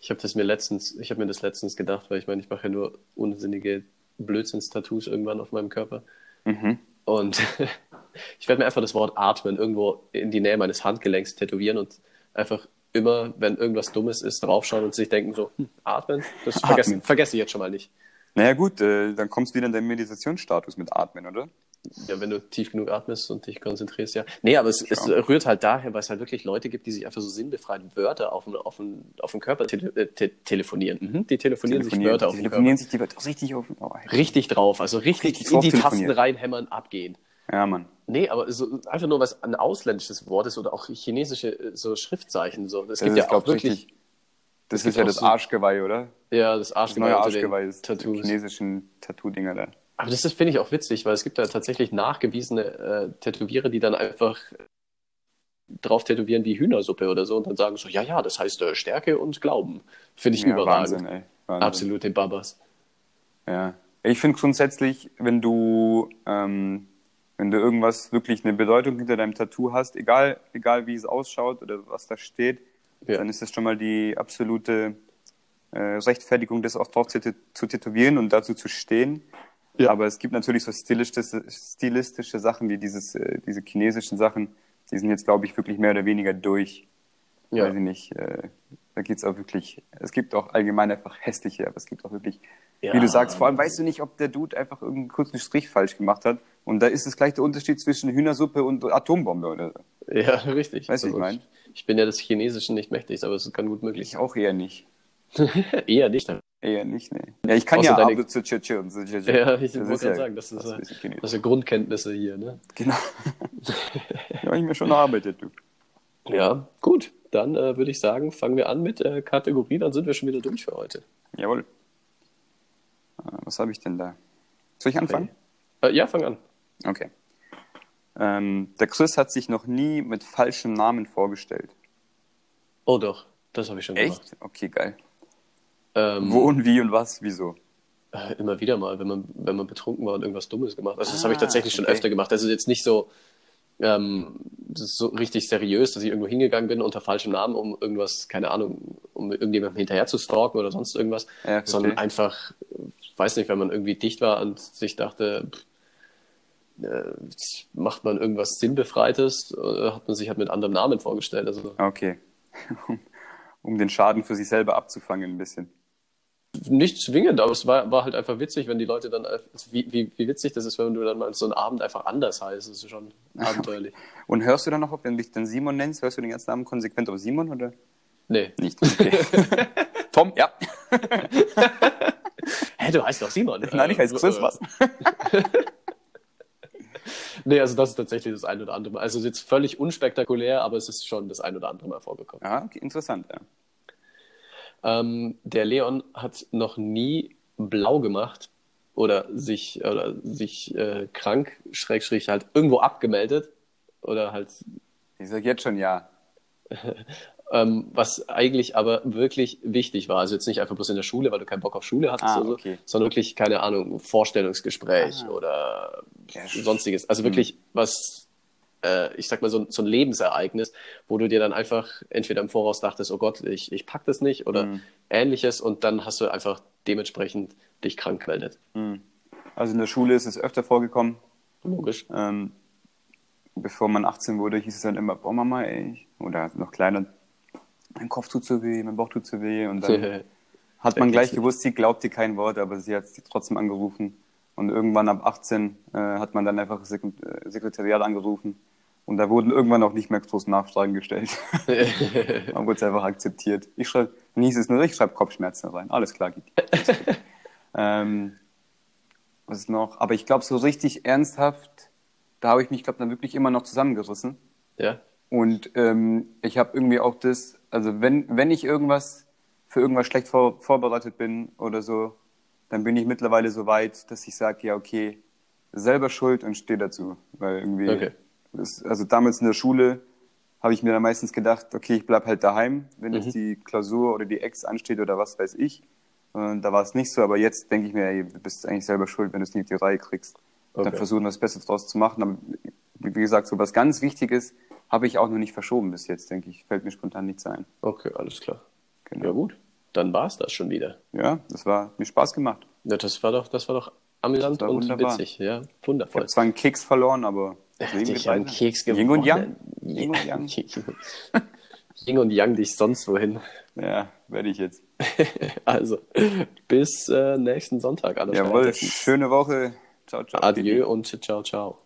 Speaker 2: Ich habe das mir letztens, ich habe mir das letztens gedacht, weil ich meine, ich mache ja nur unsinnige Blödsinns-Tattoos irgendwann auf meinem Körper.
Speaker 1: Mhm.
Speaker 2: Und ich werde mir einfach das Wort Atmen irgendwo in die Nähe meines Handgelenks tätowieren und einfach immer, wenn irgendwas Dummes ist, draufschauen und sich denken so, hm, Atmen, das
Speaker 1: Atmen.
Speaker 2: vergesse, vergesse ich jetzt schon mal nicht.
Speaker 1: Naja gut, äh, dann kommst du wieder in deinen Meditationsstatus mit Atmen, oder?
Speaker 2: Ja, wenn du tief genug atmest und dich konzentrierst, ja. Nee, aber es, es rührt halt daher, weil es halt wirklich Leute gibt, die sich einfach so sinnbefreit Wörter auf den, auf den, auf den Körper tele äh, te telefonieren. Mhm. Die telefonieren, sich Wörter auf den Körper.
Speaker 1: telefonieren sich die Wörter richtig auf. Oh, ey.
Speaker 2: Richtig drauf, also richtig,
Speaker 1: Richtig
Speaker 2: in
Speaker 1: drauf
Speaker 2: die Tasten
Speaker 1: telefonieren.
Speaker 2: reinhämmern, abgehen.
Speaker 1: ja, Mann.
Speaker 2: Nee, aber so, einfach nur, was ein ausländisches Wort ist oder auch chinesische äh, so Schriftzeichen. So. Es
Speaker 1: Das
Speaker 2: gibt
Speaker 1: ist,
Speaker 2: ja
Speaker 1: glaub
Speaker 2: auch
Speaker 1: ich,
Speaker 2: wirklich
Speaker 1: richtig. Das
Speaker 2: gibt
Speaker 1: ist ja
Speaker 2: auch
Speaker 1: das
Speaker 2: so-
Speaker 1: Arschgeweih, oder?
Speaker 2: ja, das
Speaker 1: Das neue
Speaker 2: Arschgeweih unter
Speaker 1: Arschgeweih
Speaker 2: den
Speaker 1: ist die
Speaker 2: Tattoos.
Speaker 1: chinesischen Tattoo-Dinger da.
Speaker 2: Aber das ist- finde ich auch witzig, weil es gibt da tatsächlich nachgewiesene äh, Tätowierer, die dann einfach drauf tätowieren wie Hühnersuppe oder so und dann sagen so, ja, ja, das heißt äh, Stärke und Glauben. Finde ich
Speaker 1: Ja,
Speaker 2: überragend.
Speaker 1: Wahnsinn, ey. Wahnsinn.
Speaker 2: Absolute Babas.
Speaker 1: Ja. Ich finde grundsätzlich, wenn du, ähm, wenn du irgendwas wirklich eine Bedeutung hinter deinem Tattoo hast, egal, egal wie es ausschaut oder was da steht,
Speaker 2: Ja.
Speaker 1: dann ist das schon mal die absolute äh, Rechtfertigung, das auch drauf zu, tät- zu tätowieren und dazu zu stehen.
Speaker 2: Ja.
Speaker 1: Aber es gibt natürlich so stilistische, stilistische Sachen wie dieses, äh, diese chinesischen Sachen, die sind jetzt, glaube ich, wirklich mehr oder weniger durch.
Speaker 2: Ja.
Speaker 1: Weiß ich nicht. Äh, da geht's auch wirklich, es gibt auch allgemein einfach hässliche, aber es gibt auch wirklich,
Speaker 2: Ja.
Speaker 1: wie du sagst, vor allem weißt du nicht, ob der Dude einfach irgendeinen kurzen Strich falsch gemacht hat. Und da ist es gleich der Unterschied zwischen Hühnersuppe und Atombombe oder so.
Speaker 2: Ja, richtig. Also,
Speaker 1: Weißt du, wie ich mein?
Speaker 2: ich bin ja des Chinesischen nicht mächtig, aber es kann gut möglich
Speaker 1: Ich auch eher nicht.
Speaker 2: sein. Eher nicht.
Speaker 1: Eher nicht, ne. Ja, ich kann
Speaker 2: Außer
Speaker 1: ja
Speaker 2: deine-
Speaker 1: aber zu tschö, tschö und so tschö, tschö.
Speaker 2: Ja, ich
Speaker 1: Das
Speaker 2: wollte
Speaker 1: ist
Speaker 2: gerade sagen, das ist,
Speaker 1: fast ein
Speaker 2: äh,
Speaker 1: bisschen chinesisch.
Speaker 2: das sind Grundkenntnisse hier. Ne?
Speaker 1: Genau. da habe ich mir schon erarbeitet, du.
Speaker 2: Ja, gut. Dann äh, würde ich sagen, fangen wir an mit äh, Kategorie, dann sind wir schon wieder durch für heute.
Speaker 1: Jawohl. Äh, Was habe ich denn da? Soll ich anfangen?
Speaker 2: Äh, ja, fang an.
Speaker 1: Okay. Ähm, der Chris hat sich noch nie mit falschem Namen vorgestellt.
Speaker 2: Oh doch, das habe ich schon gemacht.
Speaker 1: Okay, geil.
Speaker 2: Ähm,
Speaker 1: Wo und wie und was, wieso?
Speaker 2: Äh, immer wieder mal, wenn man, wenn man betrunken war und irgendwas Dummes gemacht. Also das habe ich
Speaker 1: Ah,
Speaker 2: tatsächlich schon
Speaker 1: okay.
Speaker 2: öfter gemacht. Also jetzt nicht so, ähm, das ist so richtig seriös, dass ich irgendwo hingegangen bin unter falschem Namen, um irgendwas, keine Ahnung, um irgendjemandem hinterher zu stalken oder sonst irgendwas,
Speaker 1: Ja, verstehe.
Speaker 2: sondern einfach, äh, weiß nicht, wenn man irgendwie dicht war und sich dachte, pff, äh, macht man irgendwas Sinnbefreites, äh, hat man sich halt mit anderem Namen vorgestellt. Also
Speaker 1: Okay. um den Schaden für sich selber abzufangen ein bisschen.
Speaker 2: nicht zwingend, aber es war, war halt einfach witzig, wenn die Leute dann, äh, wie, wie, wie witzig das ist, wenn du dann mal so einen Abend einfach anders heißt. Das ist schon abenteuerlich.
Speaker 1: Und hörst du dann noch, auf, wenn du dich dann Simon nennst, hörst du den ganzen Namen konsequent auf Simon oder
Speaker 2: Nee.
Speaker 1: nicht? Okay. Tom, ja.
Speaker 2: Hä, du heißt doch Simon.
Speaker 1: Nein, ich heiße
Speaker 2: Äh,
Speaker 1: Chris,
Speaker 2: äh,
Speaker 1: was?
Speaker 2: Nee, also das ist tatsächlich das ein oder andere Mal. Also es ist jetzt völlig unspektakulär, aber es ist schon das ein oder andere Mal vorgekommen.
Speaker 1: Ja, Ah, okay, interessant, ja.
Speaker 2: Ähm, der Leon hat noch nie blau gemacht oder sich, oder sich äh, krank, schrägstrich, halt irgendwo abgemeldet oder halt
Speaker 1: Ich sag jetzt schon ja.
Speaker 2: ähm, was eigentlich aber wirklich wichtig war. Also jetzt nicht einfach bloß in der Schule, weil du keinen Bock auf Schule hattest,
Speaker 1: Ah,
Speaker 2: oder so,
Speaker 1: okay. Ah.
Speaker 2: sondern wirklich, keine Ahnung, Vorstellungsgespräch oder
Speaker 1: Ja, sch- hm.
Speaker 2: sonstiges. Also wirklich was, äh, ich sag mal, so, ein- so ein Lebensereignis, wo du dir dann einfach entweder im Voraus dachtest, oh Gott, ich, ich pack das nicht oder
Speaker 1: Hm.
Speaker 2: ähnliches und dann hast du einfach dementsprechend dich krank gemeldet.
Speaker 1: Also in der Schule ist es öfter vorgekommen.
Speaker 2: Logisch.
Speaker 1: Ähm, bevor man 18 wurde, hieß es dann immer, boah Mama, ey, ich- oder noch kleiner, mein Kopf tut so weh, mein Bauch tut so weh. Und dann hat man gleich gewusst, sie glaubt dir kein Wort, aber sie hat sie trotzdem angerufen. Und irgendwann ab 18 äh, hat man dann einfach Sek äh, Sekretariat angerufen. Und da wurden irgendwann auch nicht mehr groß Nachfragen gestellt. man wurde es einfach akzeptiert. Ich schreibe, dann hieß es nur, ich schreibe Kopfschmerzen rein. Alles klar, geht. ähm, was ist noch? Aber ich glaube, so richtig ernsthaft, da habe ich mich, glaube dann wirklich immer noch zusammengerissen.
Speaker 2: ja.
Speaker 1: Und ähm, ich habe irgendwie auch das, also wenn, wenn ich irgendwas für irgendwas schlecht vor, vorbereitet bin oder so, dann bin ich mittlerweile so weit, dass ich sage, ja, okay, selber schuld und stehe dazu. Weil irgendwie,
Speaker 2: Okay.
Speaker 1: das, also damals in der Schule habe ich mir dann meistens gedacht, okay, ich bleib halt daheim, wenn jetzt die Klausur oder die Ex ansteht oder was weiß ich. Und da war es nicht so, aber jetzt denke ich mir, ey, du bist eigentlich selber schuld, wenn du es nicht auf die Reihe kriegst. Dann
Speaker 2: Okay.
Speaker 1: versuchen, was Besseres draus zu machen. Aber wie wie gesagt, so was ganz Wichtiges habe ich auch noch nicht verschoben bis jetzt, denke ich. Fällt mir spontan nichts ein.
Speaker 2: Okay, alles klar.
Speaker 1: Genau.
Speaker 2: Ja gut, dann war's das schon wieder.
Speaker 1: Ja, das war hat mir Spaß gemacht.
Speaker 2: Ja, das war doch, das war doch amüsant
Speaker 1: Das war
Speaker 2: und
Speaker 1: wunderbar.
Speaker 2: witzig, ja,
Speaker 1: Ich
Speaker 2: wundervoll.
Speaker 1: habe zwar einen Keks verloren, aber leben
Speaker 2: Ich
Speaker 1: wir
Speaker 2: habe einen
Speaker 1: weiter.
Speaker 2: Keks
Speaker 1: Yin und Yang.
Speaker 2: gewonnen.
Speaker 1: Yin und Yang.
Speaker 2: Ying und Yang dich sonst wohin.
Speaker 1: Ja, werde ich jetzt.
Speaker 2: Also, bis äh, nächsten Sonntag. Alles
Speaker 1: Jawohl,
Speaker 2: Spätestens.
Speaker 1: schöne Woche. Ciao, ciao.
Speaker 2: Adieu und ciao, ciao.